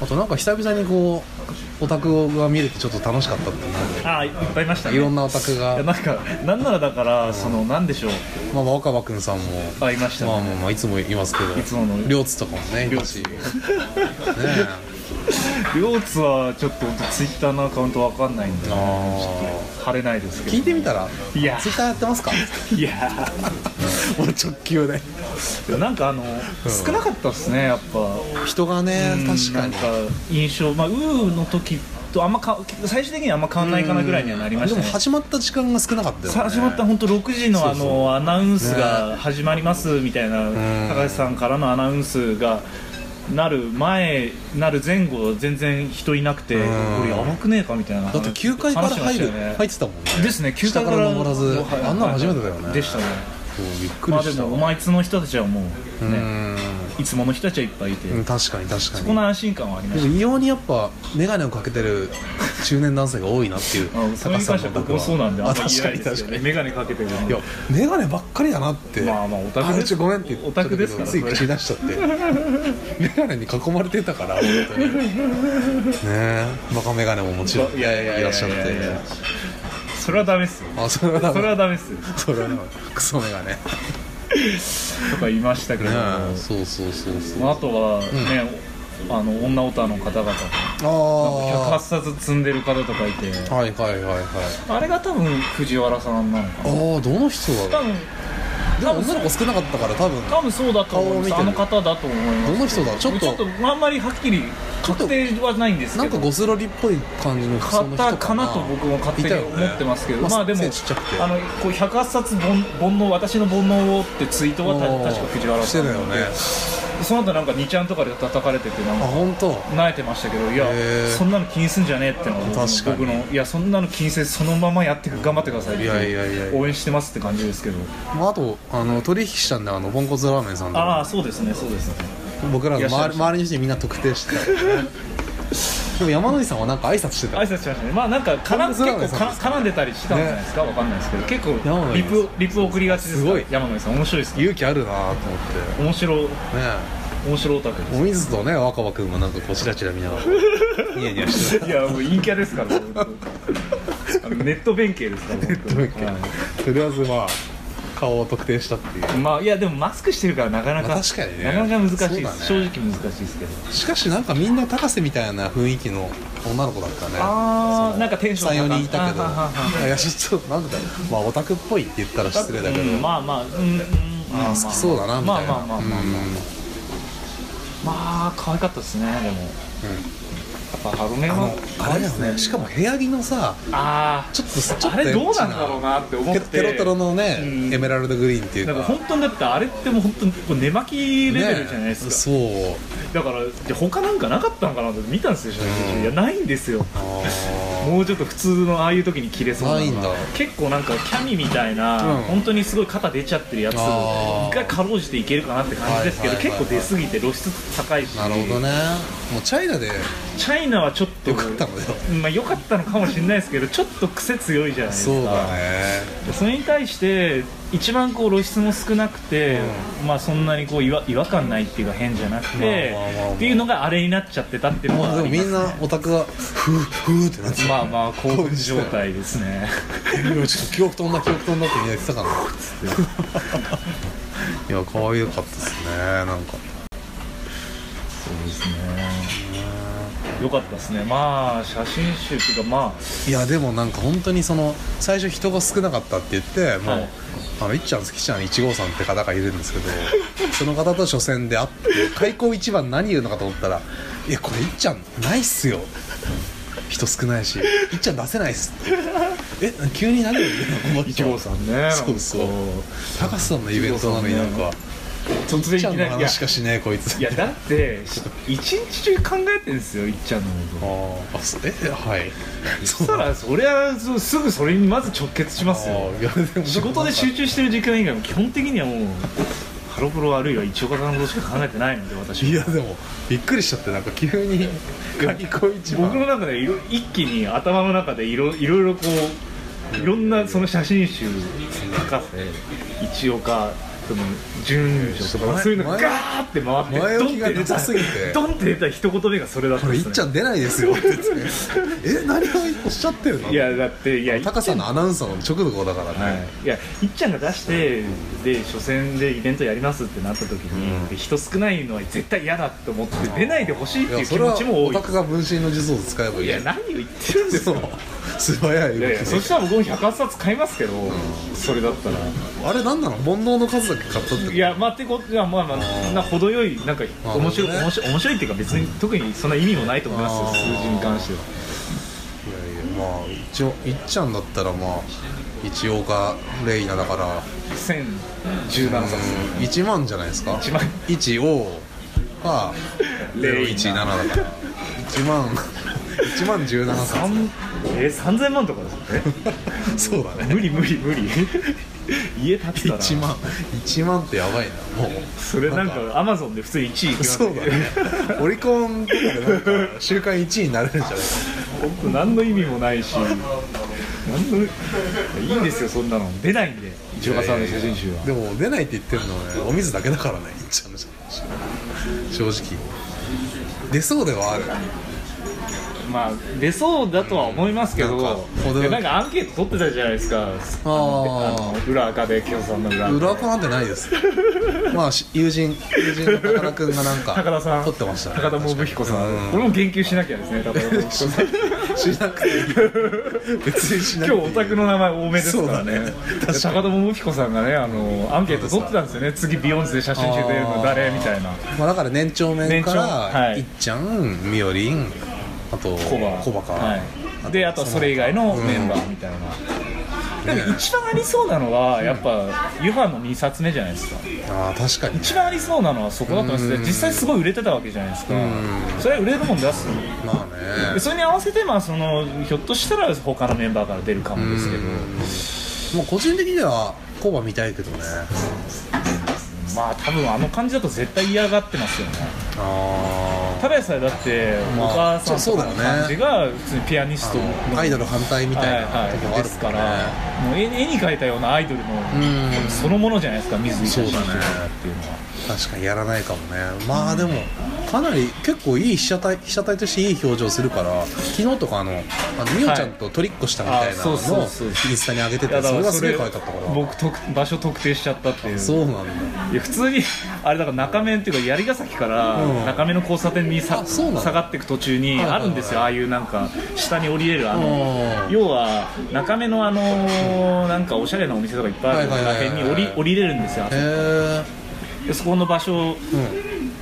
[SPEAKER 1] あとなんか久々にこうオタクが見れてちょっと楽しかったっていうのが
[SPEAKER 2] ああいっぱいいましたね
[SPEAKER 1] いろんなオタク
[SPEAKER 2] いや
[SPEAKER 1] が、ま
[SPEAKER 2] なんかなんならだからそのなんでしょう
[SPEAKER 1] あ、若葉くんさんも
[SPEAKER 2] あいましたね
[SPEAKER 1] まあまあまあいつもいますけど
[SPEAKER 2] いつもの
[SPEAKER 1] 両津とかもねいたしねえ
[SPEAKER 2] 両津はちょっとツイッターのアカウントわかんないんで
[SPEAKER 1] あ
[SPEAKER 2] 貼れないですけど
[SPEAKER 1] 聞いてみたら
[SPEAKER 2] いや
[SPEAKER 1] ツイッターやってますか
[SPEAKER 2] いや
[SPEAKER 1] 俺直球で
[SPEAKER 2] ーなんかあの少なかったですねやっぱ
[SPEAKER 1] 人がね確か
[SPEAKER 2] なん
[SPEAKER 1] に
[SPEAKER 2] か印象まあウーの時とあんまか最終的にはあんま変わんないかなぐらいにはなりまし
[SPEAKER 1] で
[SPEAKER 2] た
[SPEAKER 1] も
[SPEAKER 2] ね
[SPEAKER 1] 始まった時間が少なかったよね
[SPEAKER 2] さ始まった本当6時のあ
[SPEAKER 1] そう
[SPEAKER 2] のアナウンスが始まりますみたいな高橋さんからのアナウンスがなる前なる前後全然人いなくてこ
[SPEAKER 1] ん
[SPEAKER 2] れやばくねえかみたいな
[SPEAKER 1] だって9階から
[SPEAKER 2] 話してま
[SPEAKER 1] 入
[SPEAKER 2] した
[SPEAKER 1] る、
[SPEAKER 2] よね
[SPEAKER 1] 入ってたもんね
[SPEAKER 2] ですね9
[SPEAKER 1] 下
[SPEAKER 2] 階
[SPEAKER 1] か
[SPEAKER 2] からら
[SPEAKER 1] 登らず
[SPEAKER 2] はい
[SPEAKER 1] あんなの初めてだよね
[SPEAKER 2] でしたね
[SPEAKER 1] うんびっく
[SPEAKER 2] ま
[SPEAKER 1] り
[SPEAKER 2] あで
[SPEAKER 1] した
[SPEAKER 2] も
[SPEAKER 1] わ
[SPEAKER 2] お前いつの人たちはもう
[SPEAKER 1] う
[SPEAKER 2] ね
[SPEAKER 1] ん
[SPEAKER 2] いつもの人たちはいっぱいいて
[SPEAKER 1] うん確かに確かに
[SPEAKER 2] そこの安心感はありま
[SPEAKER 1] で
[SPEAKER 2] し
[SPEAKER 1] も
[SPEAKER 2] た
[SPEAKER 1] 異様にやっぱ眼鏡をかけてる中年男性が多いなっていう
[SPEAKER 2] あそれに関しては僕もそうなんであんまり
[SPEAKER 1] 確
[SPEAKER 2] 言
[SPEAKER 1] か
[SPEAKER 2] えない
[SPEAKER 1] に
[SPEAKER 2] で
[SPEAKER 1] 確
[SPEAKER 2] すよ
[SPEAKER 1] か
[SPEAKER 2] ね
[SPEAKER 1] に
[SPEAKER 2] 眼鏡かけてるの
[SPEAKER 1] いや眼鏡ばっかりだなって
[SPEAKER 2] まあまあオタクです
[SPEAKER 1] ちょっとごめんって言っちゃった
[SPEAKER 2] オタクですから
[SPEAKER 1] つい口出しちゃって眼鏡に囲まれてたから本当にねえバカ眼鏡ももちろんいらっしゃって
[SPEAKER 2] それはダメっすよ
[SPEAKER 1] あそれはダ
[SPEAKER 2] それ
[SPEAKER 1] メ
[SPEAKER 2] はダメっすよ
[SPEAKER 1] それはダメクソ眼鏡ね
[SPEAKER 2] とか言いましたけど、
[SPEAKER 1] えそうそうそうそう
[SPEAKER 2] まあ、あとはね、あの女オタの方々108
[SPEAKER 1] あ
[SPEAKER 2] 冊積んでる方とかいて
[SPEAKER 1] あはいはいはいはい
[SPEAKER 2] あれが多分藤原さんなのかな
[SPEAKER 1] ああどの人だ
[SPEAKER 2] 多
[SPEAKER 1] ろう
[SPEAKER 2] 分
[SPEAKER 1] でも女の子少なかったから多分
[SPEAKER 2] 多分そうだと思いますあ
[SPEAKER 1] 顔を見
[SPEAKER 2] の
[SPEAKER 1] てる
[SPEAKER 2] 方だと思います
[SPEAKER 1] どの人だちょっと
[SPEAKER 2] ちょっとあんまりはっきり確定はないんですけど
[SPEAKER 1] なんかゴスロリっぽい感じのその人
[SPEAKER 2] 方かなと僕も勝手に思ってますけど、
[SPEAKER 1] いたよね
[SPEAKER 2] まあでも
[SPEAKER 1] 背ちっちゃくて
[SPEAKER 2] あのこう108冊煩煩悩私の煩悩をってツイートはた
[SPEAKER 1] あー
[SPEAKER 2] 確か藤原
[SPEAKER 1] して
[SPEAKER 2] さん
[SPEAKER 1] た
[SPEAKER 2] な
[SPEAKER 1] よ
[SPEAKER 2] ので
[SPEAKER 1] ね
[SPEAKER 2] その後なんか2ちゃんとかで叩かれててなん
[SPEAKER 1] あ
[SPEAKER 2] か
[SPEAKER 1] 本当
[SPEAKER 2] 慣れてましたけどいや
[SPEAKER 1] へー
[SPEAKER 2] そんなの気にすんじゃねえってのは
[SPEAKER 1] 確かに
[SPEAKER 2] 僕のいやそんなの気にせずそのままやってく頑張ってくださいって
[SPEAKER 1] いやいやいやいや
[SPEAKER 2] 応援してますって感じですけど
[SPEAKER 1] まあ、あとあの取引したんであのポンコツラーメンさんと
[SPEAKER 2] ああ
[SPEAKER 1] か
[SPEAKER 2] そうですねそうですね
[SPEAKER 1] 僕ら
[SPEAKER 2] い
[SPEAKER 1] の
[SPEAKER 2] らっしゃい
[SPEAKER 1] 周り
[SPEAKER 2] ました
[SPEAKER 1] 周りの人にみんな特定してたよ ねでも山野井さんはなんか挨拶してた
[SPEAKER 2] 挨拶しましたねまあなんかかな
[SPEAKER 1] ポンコ
[SPEAKER 2] 結
[SPEAKER 1] ツラーメ
[SPEAKER 2] 構
[SPEAKER 1] ンさん
[SPEAKER 2] か絡んでたりしてたんじゃないですかわかんないですけど結
[SPEAKER 1] 山野
[SPEAKER 2] 構
[SPEAKER 1] 井
[SPEAKER 2] リプリプ送りがちです
[SPEAKER 1] す
[SPEAKER 2] か
[SPEAKER 1] ご
[SPEAKER 2] ら
[SPEAKER 1] い
[SPEAKER 2] 山野井さん面白いですね
[SPEAKER 1] 勇気あるなと思って
[SPEAKER 2] 面白
[SPEAKER 1] ね
[SPEAKER 2] 面白オタクで
[SPEAKER 1] お水とね若葉君もなんかこうチラチラ見ながら ニヤニヤして
[SPEAKER 2] すいやもう陰キャですから本当あのネット弁慶で すからネッ
[SPEAKER 1] ト弁慶たとりあえずまあ顔を特定したっていう
[SPEAKER 2] まあいやでもマスクしてるからなかなか,、
[SPEAKER 1] まあ確かにね
[SPEAKER 2] なかなか難しいで
[SPEAKER 1] そ
[SPEAKER 2] す、
[SPEAKER 1] うだね
[SPEAKER 2] 正直難しいですけど
[SPEAKER 1] しかしなんかみんな高瀬みたいな雰囲気の女の子だったね
[SPEAKER 2] あーなんかテンション
[SPEAKER 1] 34
[SPEAKER 2] 高い
[SPEAKER 1] 人いたけど
[SPEAKER 2] あはははい
[SPEAKER 1] やちょっとなんかまあオタクっぽいって言ったら失礼だけど、
[SPEAKER 2] うんまあまあうんうんまあまあ
[SPEAKER 1] 好きそうだなみたいな
[SPEAKER 2] まあまあまあまあまあ、まあ可愛かったですねでもやっぱハロメン
[SPEAKER 1] あ
[SPEAKER 2] は
[SPEAKER 1] のあれだよねしかも部屋着のさ
[SPEAKER 2] ああ
[SPEAKER 1] ちょっとちょっと
[SPEAKER 2] あれどうなんだろうなって思って
[SPEAKER 1] テロテロのね、
[SPEAKER 2] うん
[SPEAKER 1] エメラルドグリーンっていう
[SPEAKER 2] な
[SPEAKER 1] か
[SPEAKER 2] んか本当にだってあれってもう本当にこう寝巻きレベルじゃないですか、
[SPEAKER 1] ねそう
[SPEAKER 2] だからじゃあ他なんかなかったのかなって見たんですよ正直、
[SPEAKER 1] うん
[SPEAKER 2] いやないんですよ
[SPEAKER 1] あー
[SPEAKER 2] もうちょっと普通のああいう時に着れそうなのが
[SPEAKER 1] ないんだ
[SPEAKER 2] 結構なんかキャミみたいな、
[SPEAKER 1] うん
[SPEAKER 2] 本当にすごい肩出ちゃってるやつ
[SPEAKER 1] あー
[SPEAKER 2] がかろうじていけるかなって感じですけど、
[SPEAKER 1] はいはいはいはい
[SPEAKER 2] 結構出過ぎて露出高いし
[SPEAKER 1] なるほどねもうチャイナで
[SPEAKER 2] チャイナはちょっと
[SPEAKER 1] よかったのよ
[SPEAKER 2] まあ良かったのかもしれないですけどちょっと癖強いじゃないですか
[SPEAKER 1] そうだね
[SPEAKER 2] それに対して一番こう露出も少なくて、まあそんなにこう違和違和感ないっていうか変じゃなくて、
[SPEAKER 1] まあまあまあまあ
[SPEAKER 2] っていうのがあれになっちゃってたっていうの
[SPEAKER 1] まあ
[SPEAKER 2] はあ
[SPEAKER 1] でも
[SPEAKER 2] り
[SPEAKER 1] み
[SPEAKER 2] ます
[SPEAKER 1] んなオタクがふーふーってなってた
[SPEAKER 2] まあまあ興奮状態ですね
[SPEAKER 1] いやちょっと記憶飛んだ記憶飛んだってみんな言ってたから いや可愛かったですねなんか
[SPEAKER 2] そうですねよかったですねまあ写真集っていうかま
[SPEAKER 1] いやでもなんか本当にその最初人が少なかったって言ってもう、
[SPEAKER 2] はい
[SPEAKER 1] あのいっちゃん好きちゃん1号さんって方がいるんですけど その方と初戦で会って開口一番何言うのかと思ったら「いやこれいっちゃんないっすよ人少ないしいっちゃん出せないっす」え急に何を言うの
[SPEAKER 2] あ1号さんね
[SPEAKER 1] そうそう
[SPEAKER 2] なんか
[SPEAKER 1] 高瀬さんのイベントなのになんか
[SPEAKER 2] こう突
[SPEAKER 1] いっちゃ
[SPEAKER 2] 然い
[SPEAKER 1] んの
[SPEAKER 2] きなりいや
[SPEAKER 1] 話しかしねえこいつ
[SPEAKER 2] いやだって一日中考えてるんですよいっちゃんのこと
[SPEAKER 1] ああそえはい
[SPEAKER 2] そしたらそりゃそうすぐそれにまず直結しますよ
[SPEAKER 1] あーいやでも
[SPEAKER 2] 仕事で集中してる時間以外も基本的にはもうハロプロあるいは一岡さんのことしか考えてないので私はい
[SPEAKER 1] やでもびっくりしちゃってなんか急に開口一番
[SPEAKER 2] 僕の中でいろ一気に頭の中でいろいろいろこういろんなその写真集博士一岡その準優勝とか
[SPEAKER 1] 前
[SPEAKER 2] そういうのが
[SPEAKER 1] 前
[SPEAKER 2] ガーって回って
[SPEAKER 1] 前置きが
[SPEAKER 2] ドンって出
[SPEAKER 1] なさ
[SPEAKER 2] た
[SPEAKER 1] すぎて
[SPEAKER 2] ドンって出た一言目がそれだった
[SPEAKER 1] これいっ
[SPEAKER 2] ですね
[SPEAKER 1] ちゃん出ないですよって言ってえ何をおっしゃってるの
[SPEAKER 2] いやだっていや
[SPEAKER 1] 高さのアナウンサーの直後だからね、
[SPEAKER 2] はい、いやいっちゃんが出してで初戦でイベントやりますってなった時に、人少ないのは絶対嫌だと思って出ないでほしいって
[SPEAKER 1] い
[SPEAKER 2] い
[SPEAKER 1] や
[SPEAKER 2] う
[SPEAKER 1] そ
[SPEAKER 2] 気
[SPEAKER 1] れ
[SPEAKER 2] 持
[SPEAKER 1] は
[SPEAKER 2] ちも
[SPEAKER 1] オ
[SPEAKER 2] 多い
[SPEAKER 1] タクが分身の術を使えばいい
[SPEAKER 2] い
[SPEAKER 1] じゃ
[SPEAKER 2] や
[SPEAKER 1] ん
[SPEAKER 2] 何を言ってるんです
[SPEAKER 1] そ
[SPEAKER 2] か
[SPEAKER 1] う素早い
[SPEAKER 2] いやい
[SPEAKER 1] 動
[SPEAKER 2] や
[SPEAKER 1] き
[SPEAKER 2] そしたら僕も108冊買いますけど、それだったら
[SPEAKER 1] あれ何なの煩悩の数だけ買ったって
[SPEAKER 2] いやまあってことはまあまあ
[SPEAKER 1] ー
[SPEAKER 2] な程よいなんか
[SPEAKER 1] あ
[SPEAKER 2] 面白い、
[SPEAKER 1] なるほどね
[SPEAKER 2] 面白い面白いっていうか別に特にそんな意味もないと思いますよ
[SPEAKER 1] あー
[SPEAKER 2] 数字に関しては
[SPEAKER 1] や
[SPEAKER 2] い
[SPEAKER 1] いやまあ一応いっちゃんだったらまあ一応かレイナだから
[SPEAKER 2] 1017冊
[SPEAKER 1] うん1万じゃないですか
[SPEAKER 2] 1万
[SPEAKER 1] 1をが
[SPEAKER 2] レイ
[SPEAKER 1] 017だから1万1万17歳
[SPEAKER 2] 三えー、3000万とかですよ
[SPEAKER 1] そ
[SPEAKER 2] ね
[SPEAKER 1] うだね
[SPEAKER 2] 無理無理無理家建てたら
[SPEAKER 1] 1万1万ってやばいなも
[SPEAKER 2] それなんかアマゾンで普通に1位いきま
[SPEAKER 1] う
[SPEAKER 2] す
[SPEAKER 1] そうだねオリコンとかでなんか週間1位になれるんじゃない
[SPEAKER 2] 本当何の意味も ないし何のいいんですよそんなの出ないんで一岡さんの写真集は
[SPEAKER 1] でも出ないって言ってるのはねお水だけだからねいっちゃんの写真正直出そうではある
[SPEAKER 2] まあ出そうだとは思いますけど、
[SPEAKER 1] うんなんか程よい
[SPEAKER 2] でなんかアンケート取ってたじゃないですかあ
[SPEAKER 1] あ
[SPEAKER 2] の裏垢で清さんの裏
[SPEAKER 1] あ
[SPEAKER 2] 垢
[SPEAKER 1] 裏垢なんてない ですまあし友人友人の高田君がなんか
[SPEAKER 2] 高田さん
[SPEAKER 1] 撮ってましたね
[SPEAKER 2] 高田信彦さん、
[SPEAKER 1] うん
[SPEAKER 2] 俺も言及しなきゃですね高田信彦
[SPEAKER 1] し
[SPEAKER 2] さん
[SPEAKER 1] なしなくていい別にしなく
[SPEAKER 2] 今
[SPEAKER 1] ていい
[SPEAKER 2] 日オタクの名前多めですから
[SPEAKER 1] そう
[SPEAKER 2] ね
[SPEAKER 1] だね
[SPEAKER 2] 高田信彦さんがねあのアンケート取ってたんですよね次ビヨンズで写真集出るの誰みたいな
[SPEAKER 1] まあだから年長面か
[SPEAKER 2] 年長は
[SPEAKER 1] ら
[SPEAKER 2] い
[SPEAKER 1] いっちゃんみおりんあと
[SPEAKER 2] コバ
[SPEAKER 1] コバか、
[SPEAKER 2] はい、であとはそれ以外のメンバーみたいな、なんか一番ありそうなのはやっぱユハの2冊目じゃないですか
[SPEAKER 1] ああ確かに
[SPEAKER 2] 一番ありそうなのはそこだと思うんですけど実際すごい売れてたわけじゃないですか
[SPEAKER 1] ん
[SPEAKER 2] それは売れるもん出す
[SPEAKER 1] まあね
[SPEAKER 2] で それに合わせてまあそのひょっとしたら他のメンバーから出るかもですけど
[SPEAKER 1] もう個人的にはコバ見たいけどね
[SPEAKER 2] まあ多分あの感じだと絶対嫌がってますよね
[SPEAKER 1] あ
[SPEAKER 2] ただでさえだって
[SPEAKER 1] ま
[SPEAKER 2] お
[SPEAKER 1] あ
[SPEAKER 2] 母さんとかの感じが普通にピアニスト
[SPEAKER 1] あ
[SPEAKER 2] の
[SPEAKER 1] のアイドル反対みたいなとこ
[SPEAKER 2] はいはい、
[SPEAKER 1] あ
[SPEAKER 2] で
[SPEAKER 1] る
[SPEAKER 2] す
[SPEAKER 1] も
[SPEAKER 2] か
[SPEAKER 1] んね
[SPEAKER 2] らもう絵絵に描いたようなアイドルの
[SPEAKER 1] ん
[SPEAKER 2] そのものじゃないですか水井写真集
[SPEAKER 1] そうだね
[SPEAKER 2] っていうのは、
[SPEAKER 1] 確かにやらないかもねまあでもかなり結構いい被写体被写体としていい表情するから昨日とかあのあのみおちゃんとトリッコしたみたいなの
[SPEAKER 2] あ
[SPEAKER 1] をイン
[SPEAKER 2] そうそうそう
[SPEAKER 1] スタに上げて
[SPEAKER 2] い
[SPEAKER 1] て
[SPEAKER 2] やだ
[SPEAKER 1] そ
[SPEAKER 2] か
[SPEAKER 1] れ
[SPEAKER 2] ら
[SPEAKER 1] が
[SPEAKER 2] そ
[SPEAKER 1] すげ
[SPEAKER 2] れ
[SPEAKER 1] え可愛かったから
[SPEAKER 2] 僕とく場所特定しちゃったっていう
[SPEAKER 1] そうなんだ
[SPEAKER 2] いや普通にあれだから中面っていうか槍ヶ崎から
[SPEAKER 1] うん
[SPEAKER 2] 中目の交差点にさ、
[SPEAKER 1] あそうなの
[SPEAKER 2] 下がっていく途中に
[SPEAKER 1] はいはい
[SPEAKER 2] あ
[SPEAKER 1] はい
[SPEAKER 2] るんですよ、ああいうなんか下に降りれるあ
[SPEAKER 1] う
[SPEAKER 2] の
[SPEAKER 1] ん
[SPEAKER 2] 要は中目のあのなんかおしゃれなお店とかいっぱいある
[SPEAKER 1] はいはいはいはい
[SPEAKER 2] 辺に降り降りれるんですよ
[SPEAKER 1] へ
[SPEAKER 2] でそこの場所
[SPEAKER 1] えうん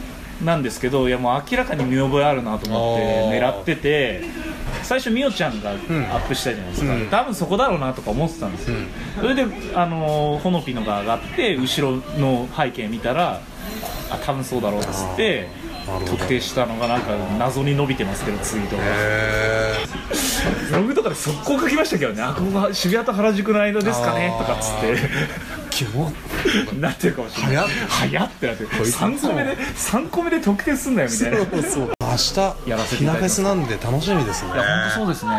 [SPEAKER 2] なんですけどいやもう明らかに見覚えあるなと思って
[SPEAKER 1] あー
[SPEAKER 2] 狙ってて最初みおちゃんがアップしたじゃないですか、
[SPEAKER 1] うん
[SPEAKER 2] 多分そこだろうなとか思ってたんですよ、
[SPEAKER 1] うん
[SPEAKER 2] それであのーほのぴのが上がって後ろの背景見たらあ多分そうだろうっつって
[SPEAKER 1] あーなるほど
[SPEAKER 2] 特定したのがなんか謎に伸びてますけどツイートが
[SPEAKER 1] へえ
[SPEAKER 2] ブログとかで速攻書きましたけどねあここが渋谷と原宿の間ですかね
[SPEAKER 1] あー
[SPEAKER 2] とかっつっ
[SPEAKER 1] キモ
[SPEAKER 2] てなってるかもしれない
[SPEAKER 1] 流
[SPEAKER 2] 流行ってなって
[SPEAKER 1] いつも
[SPEAKER 2] 3個目で3個目で特定すんなよみたいな
[SPEAKER 1] そうそう明日
[SPEAKER 2] やらせて
[SPEAKER 1] ひ
[SPEAKER 2] いた
[SPEAKER 1] なフ
[SPEAKER 2] だき
[SPEAKER 1] ェ
[SPEAKER 2] ます
[SPEAKER 1] スなんで楽しみですね
[SPEAKER 2] いや本当そうですね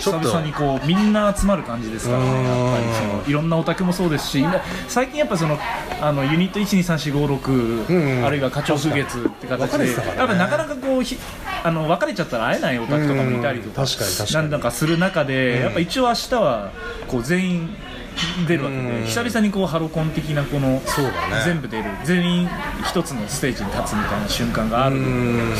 [SPEAKER 1] ちょっと
[SPEAKER 2] 久々にこうみんな集まる感じですからねやっぱりそのいろんなオタクもそうですし今最近やっぱそのあのユニット123456、
[SPEAKER 1] うんうん
[SPEAKER 2] あるいは課長風月って形
[SPEAKER 1] 別れ
[SPEAKER 2] で
[SPEAKER 1] てたからね
[SPEAKER 2] やっぱなかなかこうひあの別れちゃったら会えないオタクとかもいたりとか,、
[SPEAKER 1] うん確かに確かに
[SPEAKER 2] なんだかする中で、やっぱ一応明日はこう全員出るわけで、
[SPEAKER 1] うん
[SPEAKER 2] 久々にこうハロコン的なこの
[SPEAKER 1] そうだね
[SPEAKER 2] 全部出る全員一つのステージに立つみたいな瞬間がある
[SPEAKER 1] う
[SPEAKER 2] ので、
[SPEAKER 1] ん
[SPEAKER 2] ま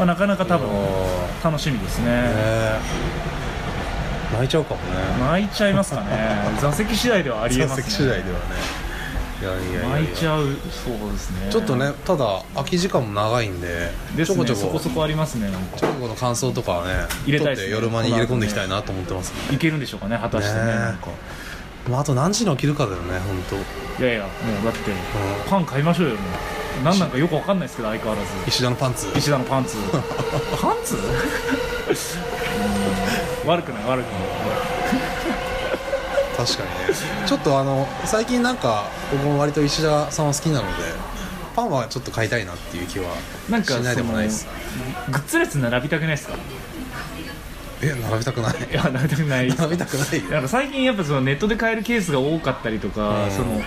[SPEAKER 2] あ、なかなか多分
[SPEAKER 1] あ
[SPEAKER 2] 楽しみですね。
[SPEAKER 1] ーへえ泣いちゃうかもね
[SPEAKER 2] 泣いちゃいますかね座席次第ではありえ
[SPEAKER 1] 座
[SPEAKER 2] ますね
[SPEAKER 1] 席次第ではねいやいやいやや
[SPEAKER 2] 泣いちゃうそうですね
[SPEAKER 1] ちょっとねただ空き時間も長いんで
[SPEAKER 2] で
[SPEAKER 1] ちょ
[SPEAKER 2] す
[SPEAKER 1] こ
[SPEAKER 2] ね
[SPEAKER 1] ちょ
[SPEAKER 2] そこ
[SPEAKER 1] こ
[SPEAKER 2] そこありますねなんか
[SPEAKER 1] ちょこちょこの感想とかはね
[SPEAKER 2] 入れたいですね
[SPEAKER 1] 撮って夜間に入れ込んでいきたいなと思ってますね
[SPEAKER 2] いけるんでしょうかね果たしてね
[SPEAKER 1] ねえ
[SPEAKER 2] なんか
[SPEAKER 1] まああと何時に起きるかだよね本当
[SPEAKER 2] いやいやもうだってパン買いましょうよもう何なんかよくわかんないですけど相変わらず
[SPEAKER 1] 石田のパンツ
[SPEAKER 2] 石田のパン ツパンツうん悪くない悪くない
[SPEAKER 1] 確かにねちょっとあの最近なんか僕も割と石田さんは好きなのでパンはちょっと買いたいなっていう気は
[SPEAKER 2] なんか
[SPEAKER 1] しないでもないです
[SPEAKER 2] そのグッズ列並びたくないですか
[SPEAKER 1] え並べたくない
[SPEAKER 2] いや並びたくない
[SPEAKER 1] 並べたくないよ
[SPEAKER 2] なんか最近やっぱそのネットで買えるケースが多かったりとか、
[SPEAKER 1] うん
[SPEAKER 2] その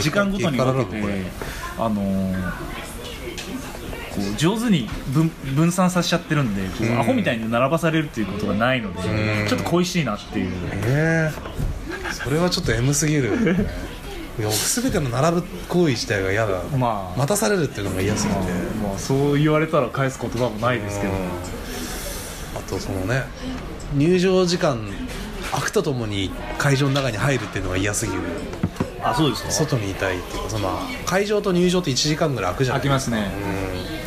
[SPEAKER 2] 時間ごとに分けて
[SPEAKER 1] これ
[SPEAKER 2] あのーこう上手に分分散させちゃってるんで、こう
[SPEAKER 1] うん
[SPEAKER 2] アホみたいに並ばされるっていうことがないので、
[SPEAKER 1] うん
[SPEAKER 2] ちょっと恋しいなっていう、
[SPEAKER 1] えー、それはちょっと M すぎるよねいや全ての並ぶ行為自体が嫌だ
[SPEAKER 2] まあ、
[SPEAKER 1] 待たされるっていうのが嫌すぎて
[SPEAKER 2] まあそう言われたら返す言葉もないですけど、
[SPEAKER 1] あとそのね入場時間開くとともに会場の中に入るっていうのが嫌すぎる
[SPEAKER 2] あそうですか
[SPEAKER 1] 外にいたいっていうかそのまあ会場と入場って1時間ぐらい開くじゃな
[SPEAKER 2] 開
[SPEAKER 1] い
[SPEAKER 2] きますね、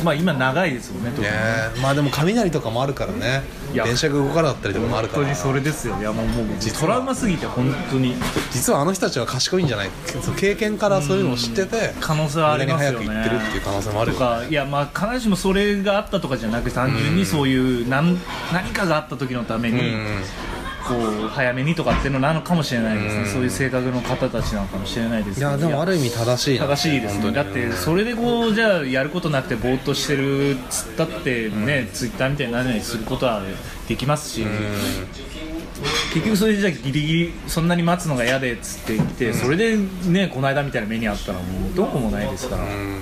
[SPEAKER 2] まあ今長いですよね
[SPEAKER 1] う
[SPEAKER 2] 特
[SPEAKER 1] ん
[SPEAKER 2] に
[SPEAKER 1] ねえまあでも雷とかもあるからね
[SPEAKER 2] いや
[SPEAKER 1] 電車が動かなかったりとかもある
[SPEAKER 2] 本
[SPEAKER 1] か
[SPEAKER 2] 当
[SPEAKER 1] ら
[SPEAKER 2] にそれですよいやもうもう
[SPEAKER 1] 実は
[SPEAKER 2] トラウマすぎて本当に
[SPEAKER 1] 実はあの人たちは賢いんじゃないそう経験からそういうのを知ってて
[SPEAKER 2] 可能性はありますよね
[SPEAKER 1] 無駄に早く行ってるっていう可能性もある
[SPEAKER 2] と
[SPEAKER 1] よ
[SPEAKER 2] かいやまあ必ずしもそれがあったとかじゃなくて単純にそういう何何かがあった時のために
[SPEAKER 1] うん
[SPEAKER 2] こう早めにとかっていうのなのかもしれないですね
[SPEAKER 1] うん
[SPEAKER 2] そういう性格の方たちなのかもしれないで
[SPEAKER 1] い
[SPEAKER 2] すけど
[SPEAKER 1] やでもある意味正しいな
[SPEAKER 2] 正しいです
[SPEAKER 1] 本当
[SPEAKER 2] ね
[SPEAKER 1] に
[SPEAKER 2] だってそれでこうじゃあやることなくてぼーっとしてるっつったってね、ツイッターみたいになるようにすることはできますし、結局それじゃあギリギリそんなに待つのが嫌でっつって言って、それでねこの間みたいな目にあったらもうどうもないですから、
[SPEAKER 1] うん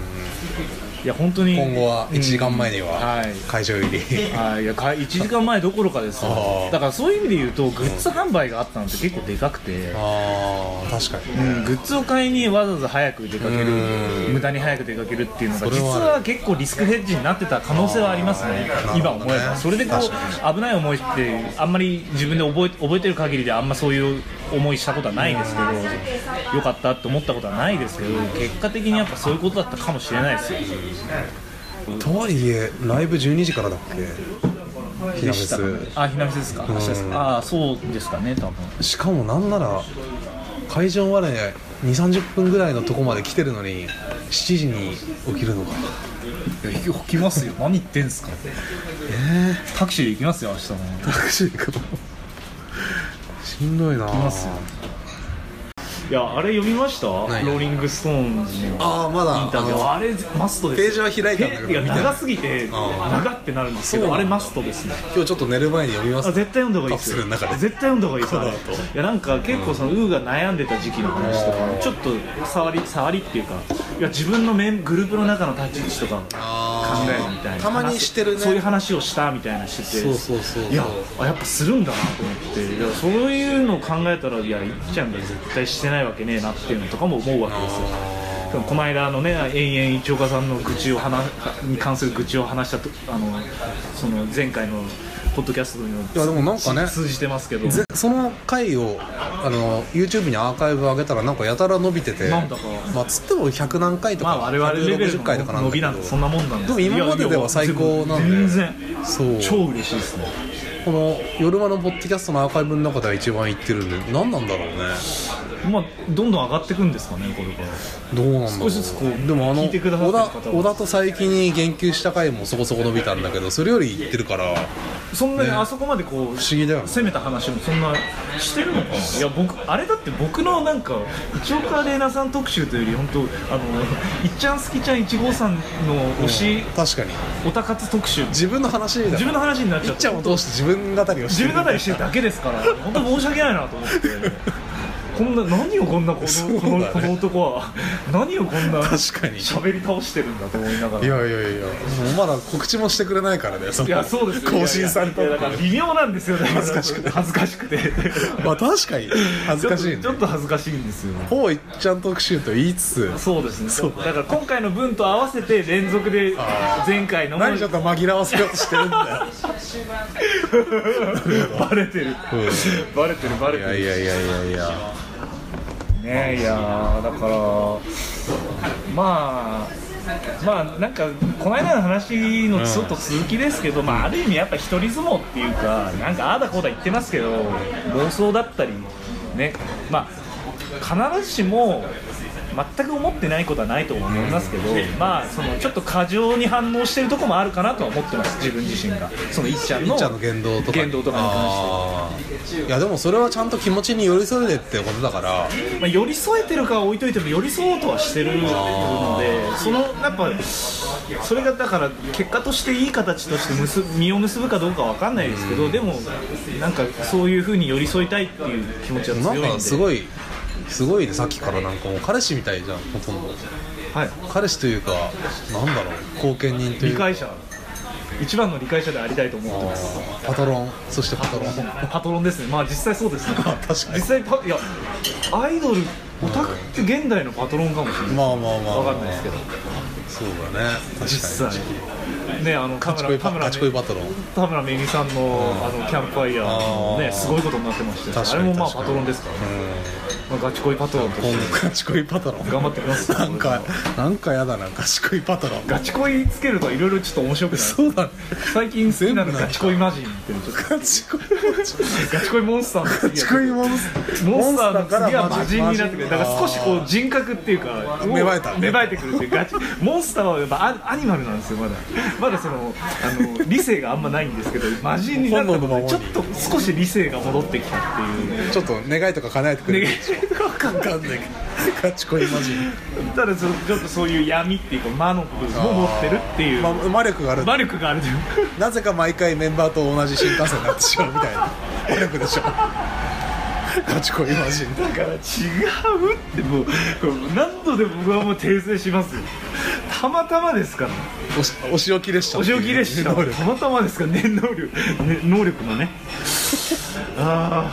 [SPEAKER 2] いや本当に
[SPEAKER 1] 今後は1時間前に
[SPEAKER 2] うん
[SPEAKER 1] は
[SPEAKER 2] はい
[SPEAKER 1] 会場入 り、
[SPEAKER 2] はい、いやか1時間前どころかです
[SPEAKER 1] あ
[SPEAKER 2] よ
[SPEAKER 1] ー
[SPEAKER 2] だからそういう意味で言うとグッズ販売があったのって結構でかくて、
[SPEAKER 1] ああ確かに、
[SPEAKER 2] うん、グッズを買いにわざわざ早く出かける
[SPEAKER 1] うん
[SPEAKER 2] 無駄に早く出かけるっていうの
[SPEAKER 1] そ
[SPEAKER 2] が
[SPEAKER 1] れ
[SPEAKER 2] 実
[SPEAKER 1] はある
[SPEAKER 2] は結構リスクヘッジになってた可能性はありますね
[SPEAKER 1] あー
[SPEAKER 2] 今思えばそれでこ
[SPEAKER 1] 確か
[SPEAKER 2] う危ない思いってあんまり自分で覚え覚えてる限りであんまそういう思いしたことはないですけどよかったって思ったことはないですけど結果的にやっぱそういうことだったかもしれないですよ
[SPEAKER 1] とはいえライブ12時からだっけひな
[SPEAKER 2] で
[SPEAKER 1] フ
[SPEAKER 2] したかね
[SPEAKER 1] ェ
[SPEAKER 2] あひなフェスですか明日です
[SPEAKER 1] うん
[SPEAKER 2] かあーそうですかね多分
[SPEAKER 1] スしかもなんなら会場まで2三3 0分ぐらいのとこまで来てるのに7時に起きるのか
[SPEAKER 2] いや行きますよ何言ってんすか
[SPEAKER 1] え
[SPEAKER 2] タクシーで行きますよ明日も
[SPEAKER 1] えタクシー行くのしんどいなあ
[SPEAKER 2] ますよいやあれ読みましたロ
[SPEAKER 1] 何
[SPEAKER 2] ーリング・ストーンズの
[SPEAKER 1] あーまだ
[SPEAKER 2] インタビューあ
[SPEAKER 1] あ
[SPEAKER 2] れマストです
[SPEAKER 1] ページは開いたんだけど
[SPEAKER 2] ページが長すぎて
[SPEAKER 1] あ
[SPEAKER 2] 長ってなるんですけ
[SPEAKER 1] そう
[SPEAKER 2] ど
[SPEAKER 1] な
[SPEAKER 2] あ
[SPEAKER 1] んだ
[SPEAKER 2] れマストですね
[SPEAKER 1] 今日ちょっと寝る前に読みま
[SPEAKER 2] あ
[SPEAKER 1] す
[SPEAKER 2] 絶対読んだ方がいいですよ
[SPEAKER 1] カプセルの中で
[SPEAKER 2] 絶対読んだ方がいいです
[SPEAKER 1] この
[SPEAKER 2] あれ
[SPEAKER 1] 後
[SPEAKER 2] いやなんか結構その、ウーが悩んでた時期の話とかちょっと触り触りっていうかいや自分のメングループの中の立ち位置とか考
[SPEAKER 1] あ
[SPEAKER 2] えるみたいな
[SPEAKER 1] たまにしてるね
[SPEAKER 2] そういう話をしたみたいなしてて
[SPEAKER 1] そうそうそうそう
[SPEAKER 2] やあやっぱするんだなと思っていやそういうのを考えたらいやいっちゃんが絶対してないわけねえなっていうのとかも思うわけですよでもこの間あのね延々一岡さんの愚痴を話に関する愚痴を話したとあのその前回のポッドキャストにも
[SPEAKER 1] いやでもなんかね
[SPEAKER 2] 通じてますけど
[SPEAKER 1] ぜその回をあの YouTube にアーカイブ上げたらなんかやたら伸びてて
[SPEAKER 2] なんだか
[SPEAKER 1] まあつっても100何回とか、
[SPEAKER 2] まあ我々レベル
[SPEAKER 1] 160回とかな
[SPEAKER 2] の
[SPEAKER 1] ん
[SPEAKER 2] 伸
[SPEAKER 1] だけど
[SPEAKER 2] びなんてそんなもんなんです
[SPEAKER 1] でも今まででは最高なんで
[SPEAKER 2] 全然
[SPEAKER 1] そう
[SPEAKER 2] 超嬉しいですね
[SPEAKER 1] この「夜間のポッドキャスト」のアーカイブの中では一番いってるんで何なんだろうね
[SPEAKER 2] まあどんどん上がっていくんですかねこれから
[SPEAKER 1] どうなんだろう
[SPEAKER 2] 少しずつこう
[SPEAKER 1] でもあの
[SPEAKER 2] 聞いてくださってる
[SPEAKER 1] 小
[SPEAKER 2] 方
[SPEAKER 1] 田
[SPEAKER 2] は
[SPEAKER 1] 小田と佐伯に言及した回もそこそこ伸びたんだけどそれよりいってるから
[SPEAKER 2] そんなにあそこまでこ
[SPEAKER 1] 不
[SPEAKER 2] う、
[SPEAKER 1] 思議だよね
[SPEAKER 2] 攻めた話もそんなしてるのかないや僕あれだって僕のなんか一岡玲奈さん特集というより本当あのいっちゃん好きちゃん1号さんの推し
[SPEAKER 1] 確かに
[SPEAKER 2] オタ活特集
[SPEAKER 1] 自分の話だ
[SPEAKER 2] 自分の話になっち
[SPEAKER 1] い
[SPEAKER 2] ゃ
[SPEAKER 1] っ
[SPEAKER 2] っ
[SPEAKER 1] ち
[SPEAKER 2] て
[SPEAKER 1] ゃんを通して自分語りをして
[SPEAKER 2] 自
[SPEAKER 1] る
[SPEAKER 2] 分語りしてるだけですから本当申し訳ないなと思って こんな何をこんなこ
[SPEAKER 1] そう
[SPEAKER 2] の
[SPEAKER 1] だ
[SPEAKER 2] こ
[SPEAKER 1] ね
[SPEAKER 2] の,、この男は何をこんな
[SPEAKER 1] 確かに
[SPEAKER 2] 喋り倒してるんだと思いながら
[SPEAKER 1] いやいやいやもうまだ告知もしてくれないからねその
[SPEAKER 2] いやそうですよ
[SPEAKER 1] 更新された
[SPEAKER 2] い
[SPEAKER 1] の
[SPEAKER 2] やいやだから微妙なんですよだから
[SPEAKER 1] 恥ずかしくて
[SPEAKER 2] 恥ずかしくて
[SPEAKER 1] まあ確かに恥ずかしいね
[SPEAKER 2] ちょっとちょっと恥ずかしいんですよ
[SPEAKER 1] ほぼいっちゃん特集と言いつつ
[SPEAKER 2] そうですねだから今回の分と合わせて連続で前回のも
[SPEAKER 1] 何ちょっと紛らわせようとしてるんだ
[SPEAKER 2] バレてる、バレてるバレ
[SPEAKER 1] よ
[SPEAKER 2] て
[SPEAKER 1] い
[SPEAKER 2] る
[SPEAKER 1] やいやいやいやいや
[SPEAKER 2] ねいやーだからまあまあなんかこの間の話のちょっと続きですけど、まあある意味やっぱ一人相撲っていうかなんかああだこうだ言ってますけど妄想だったりねまあ必ずしも全く思ってないことはないと思いますけど、まあそのちょっと過剰に反応してるとこもあるかなとは思ってます自分自身がそのいっちゃん
[SPEAKER 1] い
[SPEAKER 2] の
[SPEAKER 1] っちゃんの言動とか
[SPEAKER 2] 言動とかに関し
[SPEAKER 1] あ
[SPEAKER 2] て
[SPEAKER 1] ーいやでもそれはちゃんと気持ちに寄り添えてってことだから
[SPEAKER 2] まあ、寄り添えてるかは置いといても寄り添おうとはしてるのでそのやっぱそれがだから結果としていい形として結ぶ実を結ぶかどうかわかんないですけどでもなんかそういう風に寄り添いたいっていう気持ちは
[SPEAKER 1] な
[SPEAKER 2] 強い
[SPEAKER 1] ん
[SPEAKER 2] んで
[SPEAKER 1] かすごいすごいねさっきからなんかもう彼氏みたいじゃんほとんど
[SPEAKER 2] はい、
[SPEAKER 1] 彼氏というかなんだろう貢献人とい
[SPEAKER 2] 理
[SPEAKER 1] うか
[SPEAKER 2] 解者一番の理解者でありたいと思ってます
[SPEAKER 1] あーパトロンそしてパトロン
[SPEAKER 2] パトロンですねまあ実際そうですね
[SPEAKER 1] 確かに
[SPEAKER 2] 実際パいやアイドルオタクって現代のパトロンかもしれない
[SPEAKER 1] まあまあまあ
[SPEAKER 2] わかんないですけど
[SPEAKER 1] そうだね確かに
[SPEAKER 2] 実際ねあのカ
[SPEAKER 1] ガチ恋
[SPEAKER 2] メラカ
[SPEAKER 1] パ
[SPEAKER 2] メラ
[SPEAKER 1] ガチ恋バトロン
[SPEAKER 2] 田村めぐみさんの,、あのキャンプファイヤーの
[SPEAKER 1] あー
[SPEAKER 2] ねすごいことになってましたよ
[SPEAKER 1] 確か
[SPEAKER 2] ねあれ
[SPEAKER 1] に
[SPEAKER 2] もまあ
[SPEAKER 1] 確か
[SPEAKER 2] パ
[SPEAKER 1] に
[SPEAKER 2] トロンですから、ねまあ、ガチ恋パトロンとし
[SPEAKER 1] 今
[SPEAKER 2] て
[SPEAKER 1] 後ガチ恋パトロン
[SPEAKER 2] 頑張ってください
[SPEAKER 1] なんかなんかやだなガチ恋パトロン
[SPEAKER 2] ガチ恋つけるといろいろちょっと面白くなる
[SPEAKER 1] そうだね
[SPEAKER 2] 最近好きなの
[SPEAKER 1] 全部
[SPEAKER 2] ガチ恋マジンっていうのちょっ
[SPEAKER 1] ガチ恋
[SPEAKER 2] とガチ恋モンスターの
[SPEAKER 1] ガチ恋モンス
[SPEAKER 2] モンスターの
[SPEAKER 1] から
[SPEAKER 2] 次は魔人になってくるだから少しこう人格っていうか
[SPEAKER 1] 芽生えた
[SPEAKER 2] 芽生えてくるっていうガチモンスターはやっぱアアニマルなんですよまだ まだそのあの理性があんまないんですけど魔人になったことでちょっと少し理性が戻ってきたって いう
[SPEAKER 1] ちょっと願いとか叶えてくれる
[SPEAKER 2] 願
[SPEAKER 1] わかんないけどガチ恋マジ
[SPEAKER 2] ただそのちょっとそういう闇っていうか魔の部分も持ってるってい う
[SPEAKER 1] ま魔力がある
[SPEAKER 2] 魔力があるという
[SPEAKER 1] なぜか毎回メンバーと同じ新幹線になってしまうみたいな 魔力でしょ ガチ恋マジ
[SPEAKER 2] だから違うってもう何度でも僕はもう訂正しますよたまたまですから
[SPEAKER 1] おしお仕置きでした
[SPEAKER 2] お仕置きでした
[SPEAKER 1] 能力
[SPEAKER 2] たまたまですからね能力、ね、能力のねああ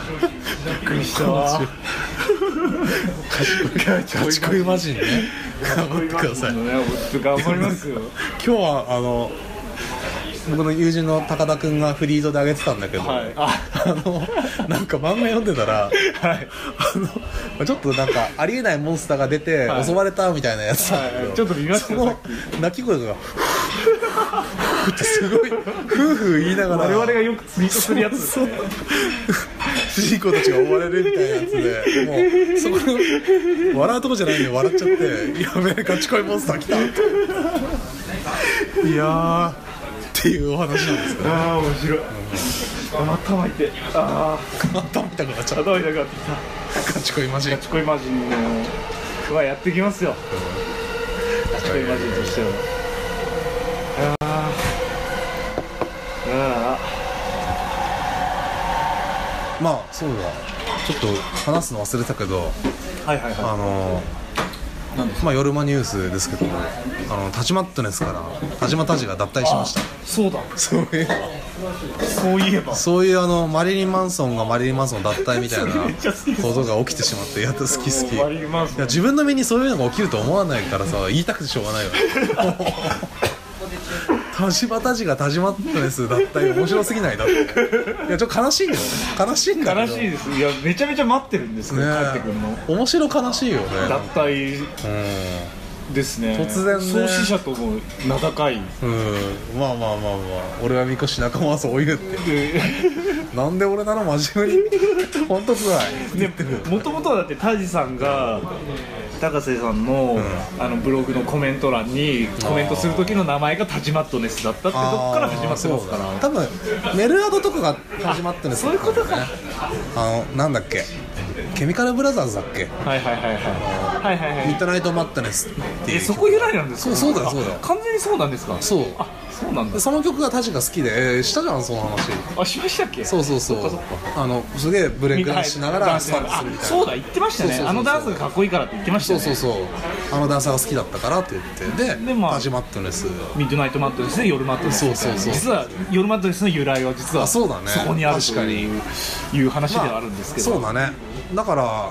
[SPEAKER 2] びっくりしたわ
[SPEAKER 1] 面 賢いマジンね頑張ってください
[SPEAKER 2] ね、頑張りますよ
[SPEAKER 1] 今日はあの僕の友人の高田君がフリードであげてたんだけど、
[SPEAKER 2] はい
[SPEAKER 1] あ
[SPEAKER 2] あ
[SPEAKER 1] のなんか漫画読んでたら
[SPEAKER 2] はい
[SPEAKER 1] あのちょっとなんかありえないモンスターが出て
[SPEAKER 2] はい
[SPEAKER 1] 襲われたみたいなやつ、
[SPEAKER 2] はいはいちょっと見ました
[SPEAKER 1] そ
[SPEAKER 2] よさ
[SPEAKER 1] の
[SPEAKER 2] っ
[SPEAKER 1] 鳴き声がフーってすごいフーフー言いながら
[SPEAKER 2] 我々がよくツイートするやつです
[SPEAKER 1] そう
[SPEAKER 2] ね
[SPEAKER 1] 主人公たちが追われるみたいなやつでもうそこの笑うとこじゃないのに笑っちゃって「やべえガチ恋モンスター来た」
[SPEAKER 2] いやーあ
[SPEAKER 1] っていうお話なんですけど
[SPEAKER 2] ー面白い頭痛いあ
[SPEAKER 1] 頭痛くなっちゃ
[SPEAKER 2] あ
[SPEAKER 1] う
[SPEAKER 2] 頭痛かった
[SPEAKER 1] ガチ恋マジン
[SPEAKER 2] ガチ恋マジンのはやってきますよガチ恋マジンとしてはあ
[SPEAKER 1] まあそうだちょっと話すの忘れたけど
[SPEAKER 2] ーあーはいはい
[SPEAKER 1] あ
[SPEAKER 2] は
[SPEAKER 1] のまあ夜間ニュースですけどあのタジマットネスから田島タジが脱退しました
[SPEAKER 2] いそうだ
[SPEAKER 1] そういう
[SPEAKER 2] そういえば
[SPEAKER 1] そういうあのマリリン・マンソンがマリリン・マンソンの脱退みたいな
[SPEAKER 2] それめっちゃ好きです
[SPEAKER 1] ことが起きてしまってやっと好き好きい
[SPEAKER 2] もうマリリンマンソン
[SPEAKER 1] や自分の身にそういうのが起きると思わないからさ言いたくてしょうがないわ田島たちが田島ってです脱退面白すぎないだっていやちょっと悲しいよ悲しいんだけ
[SPEAKER 2] 悲
[SPEAKER 1] ど
[SPEAKER 2] しいですいやめちゃめちゃ待ってるんですけど、帰ってくるの
[SPEAKER 1] ねえ面白悲しいよね
[SPEAKER 2] 脱退ですね
[SPEAKER 1] 突然ね
[SPEAKER 2] 創始者とも名高い
[SPEAKER 1] うんうんまあまあまあまあ俺はみこし仲間はそう言うって
[SPEAKER 2] で
[SPEAKER 1] なんで俺なの真面目に 本当つらい
[SPEAKER 2] ね、もともとはだってタジさんが高瀬さんの,、あのブログのコメント欄にコメントする時の名前がタジマットネスだったってどっから始まってますか
[SPEAKER 1] あー
[SPEAKER 2] ら
[SPEAKER 1] そうだね多分メルアドとかが始まってるんですよ
[SPEAKER 2] そういうことか
[SPEAKER 1] あのなんだっけケミカルブラザーズだっけ
[SPEAKER 2] はいはいはいはいはいはいは
[SPEAKER 1] ミ
[SPEAKER 2] い
[SPEAKER 1] ッドナイトマットネスってい
[SPEAKER 2] え
[SPEAKER 1] う
[SPEAKER 2] そこ由来なんですか
[SPEAKER 1] そうそうだよ
[SPEAKER 2] あ
[SPEAKER 1] そうだよ
[SPEAKER 2] 完全にそうなんですか
[SPEAKER 1] そう
[SPEAKER 2] あそうなんだ
[SPEAKER 1] でその曲が確か好きで、えーしたじゃんその話
[SPEAKER 2] あしましたっけ
[SPEAKER 1] そうそうそう
[SPEAKER 2] っかそっか
[SPEAKER 1] あのすげえブレイクダンスしなが
[SPEAKER 2] ダン
[SPEAKER 1] ら
[SPEAKER 2] ス
[SPEAKER 1] ス
[SPEAKER 2] し
[SPEAKER 1] タ
[SPEAKER 2] な
[SPEAKER 1] ー
[SPEAKER 2] が
[SPEAKER 1] トするみたいな
[SPEAKER 2] あそうだ言ってましたね
[SPEAKER 1] そうそうそうそう
[SPEAKER 2] あのダンスがかっこいいからって言ってました
[SPEAKER 1] そ
[SPEAKER 2] ね
[SPEAKER 1] うそうそうあのダンサーが好きだったからって言ってで
[SPEAKER 2] でまあ
[SPEAKER 1] タジマットネス
[SPEAKER 2] ミッドナイトマットですね夜マットです
[SPEAKER 1] そうそうそう
[SPEAKER 2] 実は夜マットですの由来は実は
[SPEAKER 1] あそうだね
[SPEAKER 2] そこにあると
[SPEAKER 1] 確かに
[SPEAKER 2] いういう話ではあるんですけど、
[SPEAKER 1] そうだねだから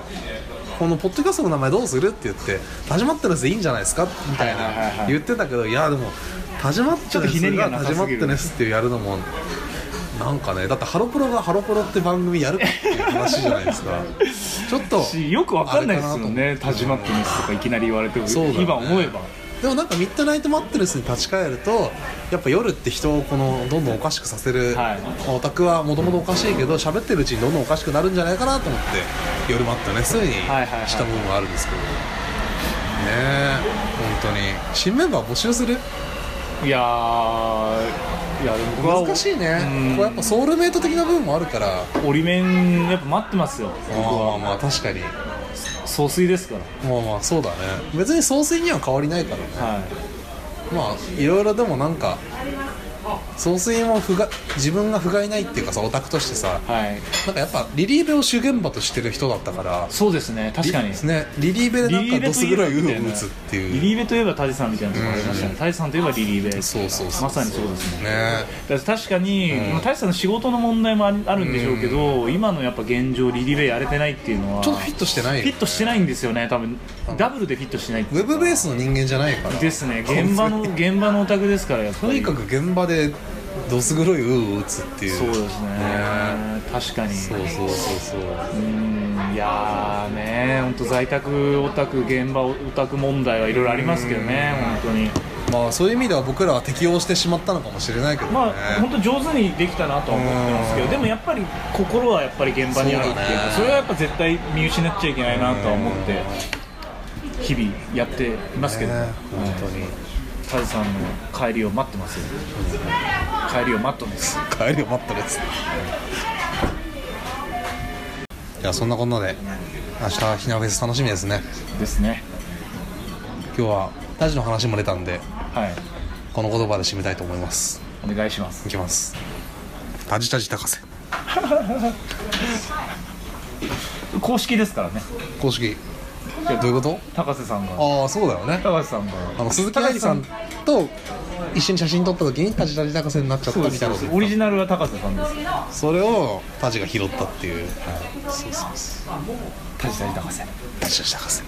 [SPEAKER 1] このポッドキャストの名前どうするって言って「始まってるやつでいいんじゃないですか?」みたい
[SPEAKER 2] はいはいはいは
[SPEAKER 1] ない言ってたけどいやでも「始まって
[SPEAKER 2] ちょっと
[SPEAKER 1] る
[SPEAKER 2] ひねり
[SPEAKER 1] や
[SPEAKER 2] が
[SPEAKER 1] つが
[SPEAKER 2] な
[SPEAKER 1] 始
[SPEAKER 2] さ
[SPEAKER 1] まっ
[SPEAKER 2] すぎ
[SPEAKER 1] て
[SPEAKER 2] る
[SPEAKER 1] るす」ってやるのもなんかねだってハロプロが「ハロプロ」って番組やるっていう話じゃないです かちょっと
[SPEAKER 2] しよくわかんないですよね「
[SPEAKER 1] あれかなと思って
[SPEAKER 2] 田島ってミス」とかいきなり言われても、
[SPEAKER 1] そうだね
[SPEAKER 2] 今思えば
[SPEAKER 1] でもなんかミッドナイトマットレスに立ち返るとやっぱ夜って人をこのどんどんおかしくさせる、
[SPEAKER 2] はい
[SPEAKER 1] まあオタクはもともとおかしいけど喋ってるうちにどんどんおかしくなるんじゃないかなと思って夜マットレスに
[SPEAKER 2] はいはいはい
[SPEAKER 1] した部分はあるんですけど、ねえ本当に新メンバー募集する
[SPEAKER 2] いやーいや僕は
[SPEAKER 1] 難しいね
[SPEAKER 2] う
[SPEAKER 1] こ
[SPEAKER 2] ん
[SPEAKER 1] れやっぱソウルメイト的な部分もあるから
[SPEAKER 2] 折り面やっぱ待ってますよ僕
[SPEAKER 1] まあまあ
[SPEAKER 2] は
[SPEAKER 1] まあ確かに
[SPEAKER 2] 総帥ですから
[SPEAKER 1] まあまあそうだね別に総帥には変わりないからね
[SPEAKER 2] はい
[SPEAKER 1] まあいろいろでもなんか総帥も不が自分が不甲斐ないっていうかさオタクとしてさ
[SPEAKER 2] はい
[SPEAKER 1] なんかやっぱリリーベを主現場としてる人だったから
[SPEAKER 2] そうですね確かに
[SPEAKER 1] リねリリーベでなんかドス黒いウーを打つって
[SPEAKER 2] リ
[SPEAKER 1] いう
[SPEAKER 2] リーベといえばタジさんみたいなところありましたねタジさんといえばリリーベ
[SPEAKER 1] そうそうそう
[SPEAKER 2] まさにそうですね
[SPEAKER 1] ね
[SPEAKER 2] だから確かに、
[SPEAKER 1] ん
[SPEAKER 2] まあ、大志さんの仕事の問題もありあるんでしょうけど、今のやっぱ現状リリベやれてないっていうのは
[SPEAKER 1] ちょっとフィットしてないよ
[SPEAKER 2] フィットしてないんですよね多分
[SPEAKER 1] ん
[SPEAKER 2] ダブルでフィットしてないって
[SPEAKER 1] ウ
[SPEAKER 2] いう
[SPEAKER 1] ェ
[SPEAKER 2] か
[SPEAKER 1] ブベースの人間じゃないから
[SPEAKER 2] ですね現場の現場のお宅ですからやっぱ
[SPEAKER 1] とに
[SPEAKER 2] り
[SPEAKER 1] かく現場でドス黒いウーを打つっていう
[SPEAKER 2] そうですね確かに
[SPEAKER 1] そうそうそうそう
[SPEAKER 2] うんいやーね本当在宅オタク現場オタク問題はいろいろありますけどね本当に
[SPEAKER 1] まあそういう意味では僕らは適応してしまったのかもしれないけどね、
[SPEAKER 2] まあ本当上手にできたなとは思ってますけ
[SPEAKER 1] う
[SPEAKER 2] ど
[SPEAKER 1] ん
[SPEAKER 2] でもやっぱり心はやっぱり現場にあるってい
[SPEAKER 1] そう
[SPEAKER 2] う
[SPEAKER 1] だ
[SPEAKER 2] か
[SPEAKER 1] ね
[SPEAKER 2] それはやっぱ絶対見失っちゃいけないなとは思って日々やっていますけど
[SPEAKER 1] ね本当に
[SPEAKER 2] タジさんの帰りを待ってますよ帰りを待ってます
[SPEAKER 1] 帰りを待ったですいやそんなこんなで明日ひなフェス楽しみですね
[SPEAKER 2] ですね
[SPEAKER 1] 今日はタジの話も出たんで
[SPEAKER 2] はい
[SPEAKER 1] この言葉で締めたいと思います
[SPEAKER 2] お願いします
[SPEAKER 1] いきますタジタジ高瀬
[SPEAKER 2] 公式ですからね
[SPEAKER 1] 公式どういうこと
[SPEAKER 2] 高瀬さんが
[SPEAKER 1] ああそうだよね
[SPEAKER 2] 高瀬さん
[SPEAKER 1] あ
[SPEAKER 2] が
[SPEAKER 1] の鈴木愛理さんと一緒に写真撮った時にタジタジ高瀬になっちゃった
[SPEAKER 2] そうで
[SPEAKER 1] み
[SPEAKER 2] す
[SPEAKER 1] たい
[SPEAKER 2] そう
[SPEAKER 1] な
[SPEAKER 2] で
[SPEAKER 1] こと言って
[SPEAKER 2] す
[SPEAKER 1] た
[SPEAKER 2] オリジナルは高瀬さんです
[SPEAKER 1] それをタジが拾ったっていう、はい、そうそうそう
[SPEAKER 2] タジタジ高瀬
[SPEAKER 1] タジタジ高瀬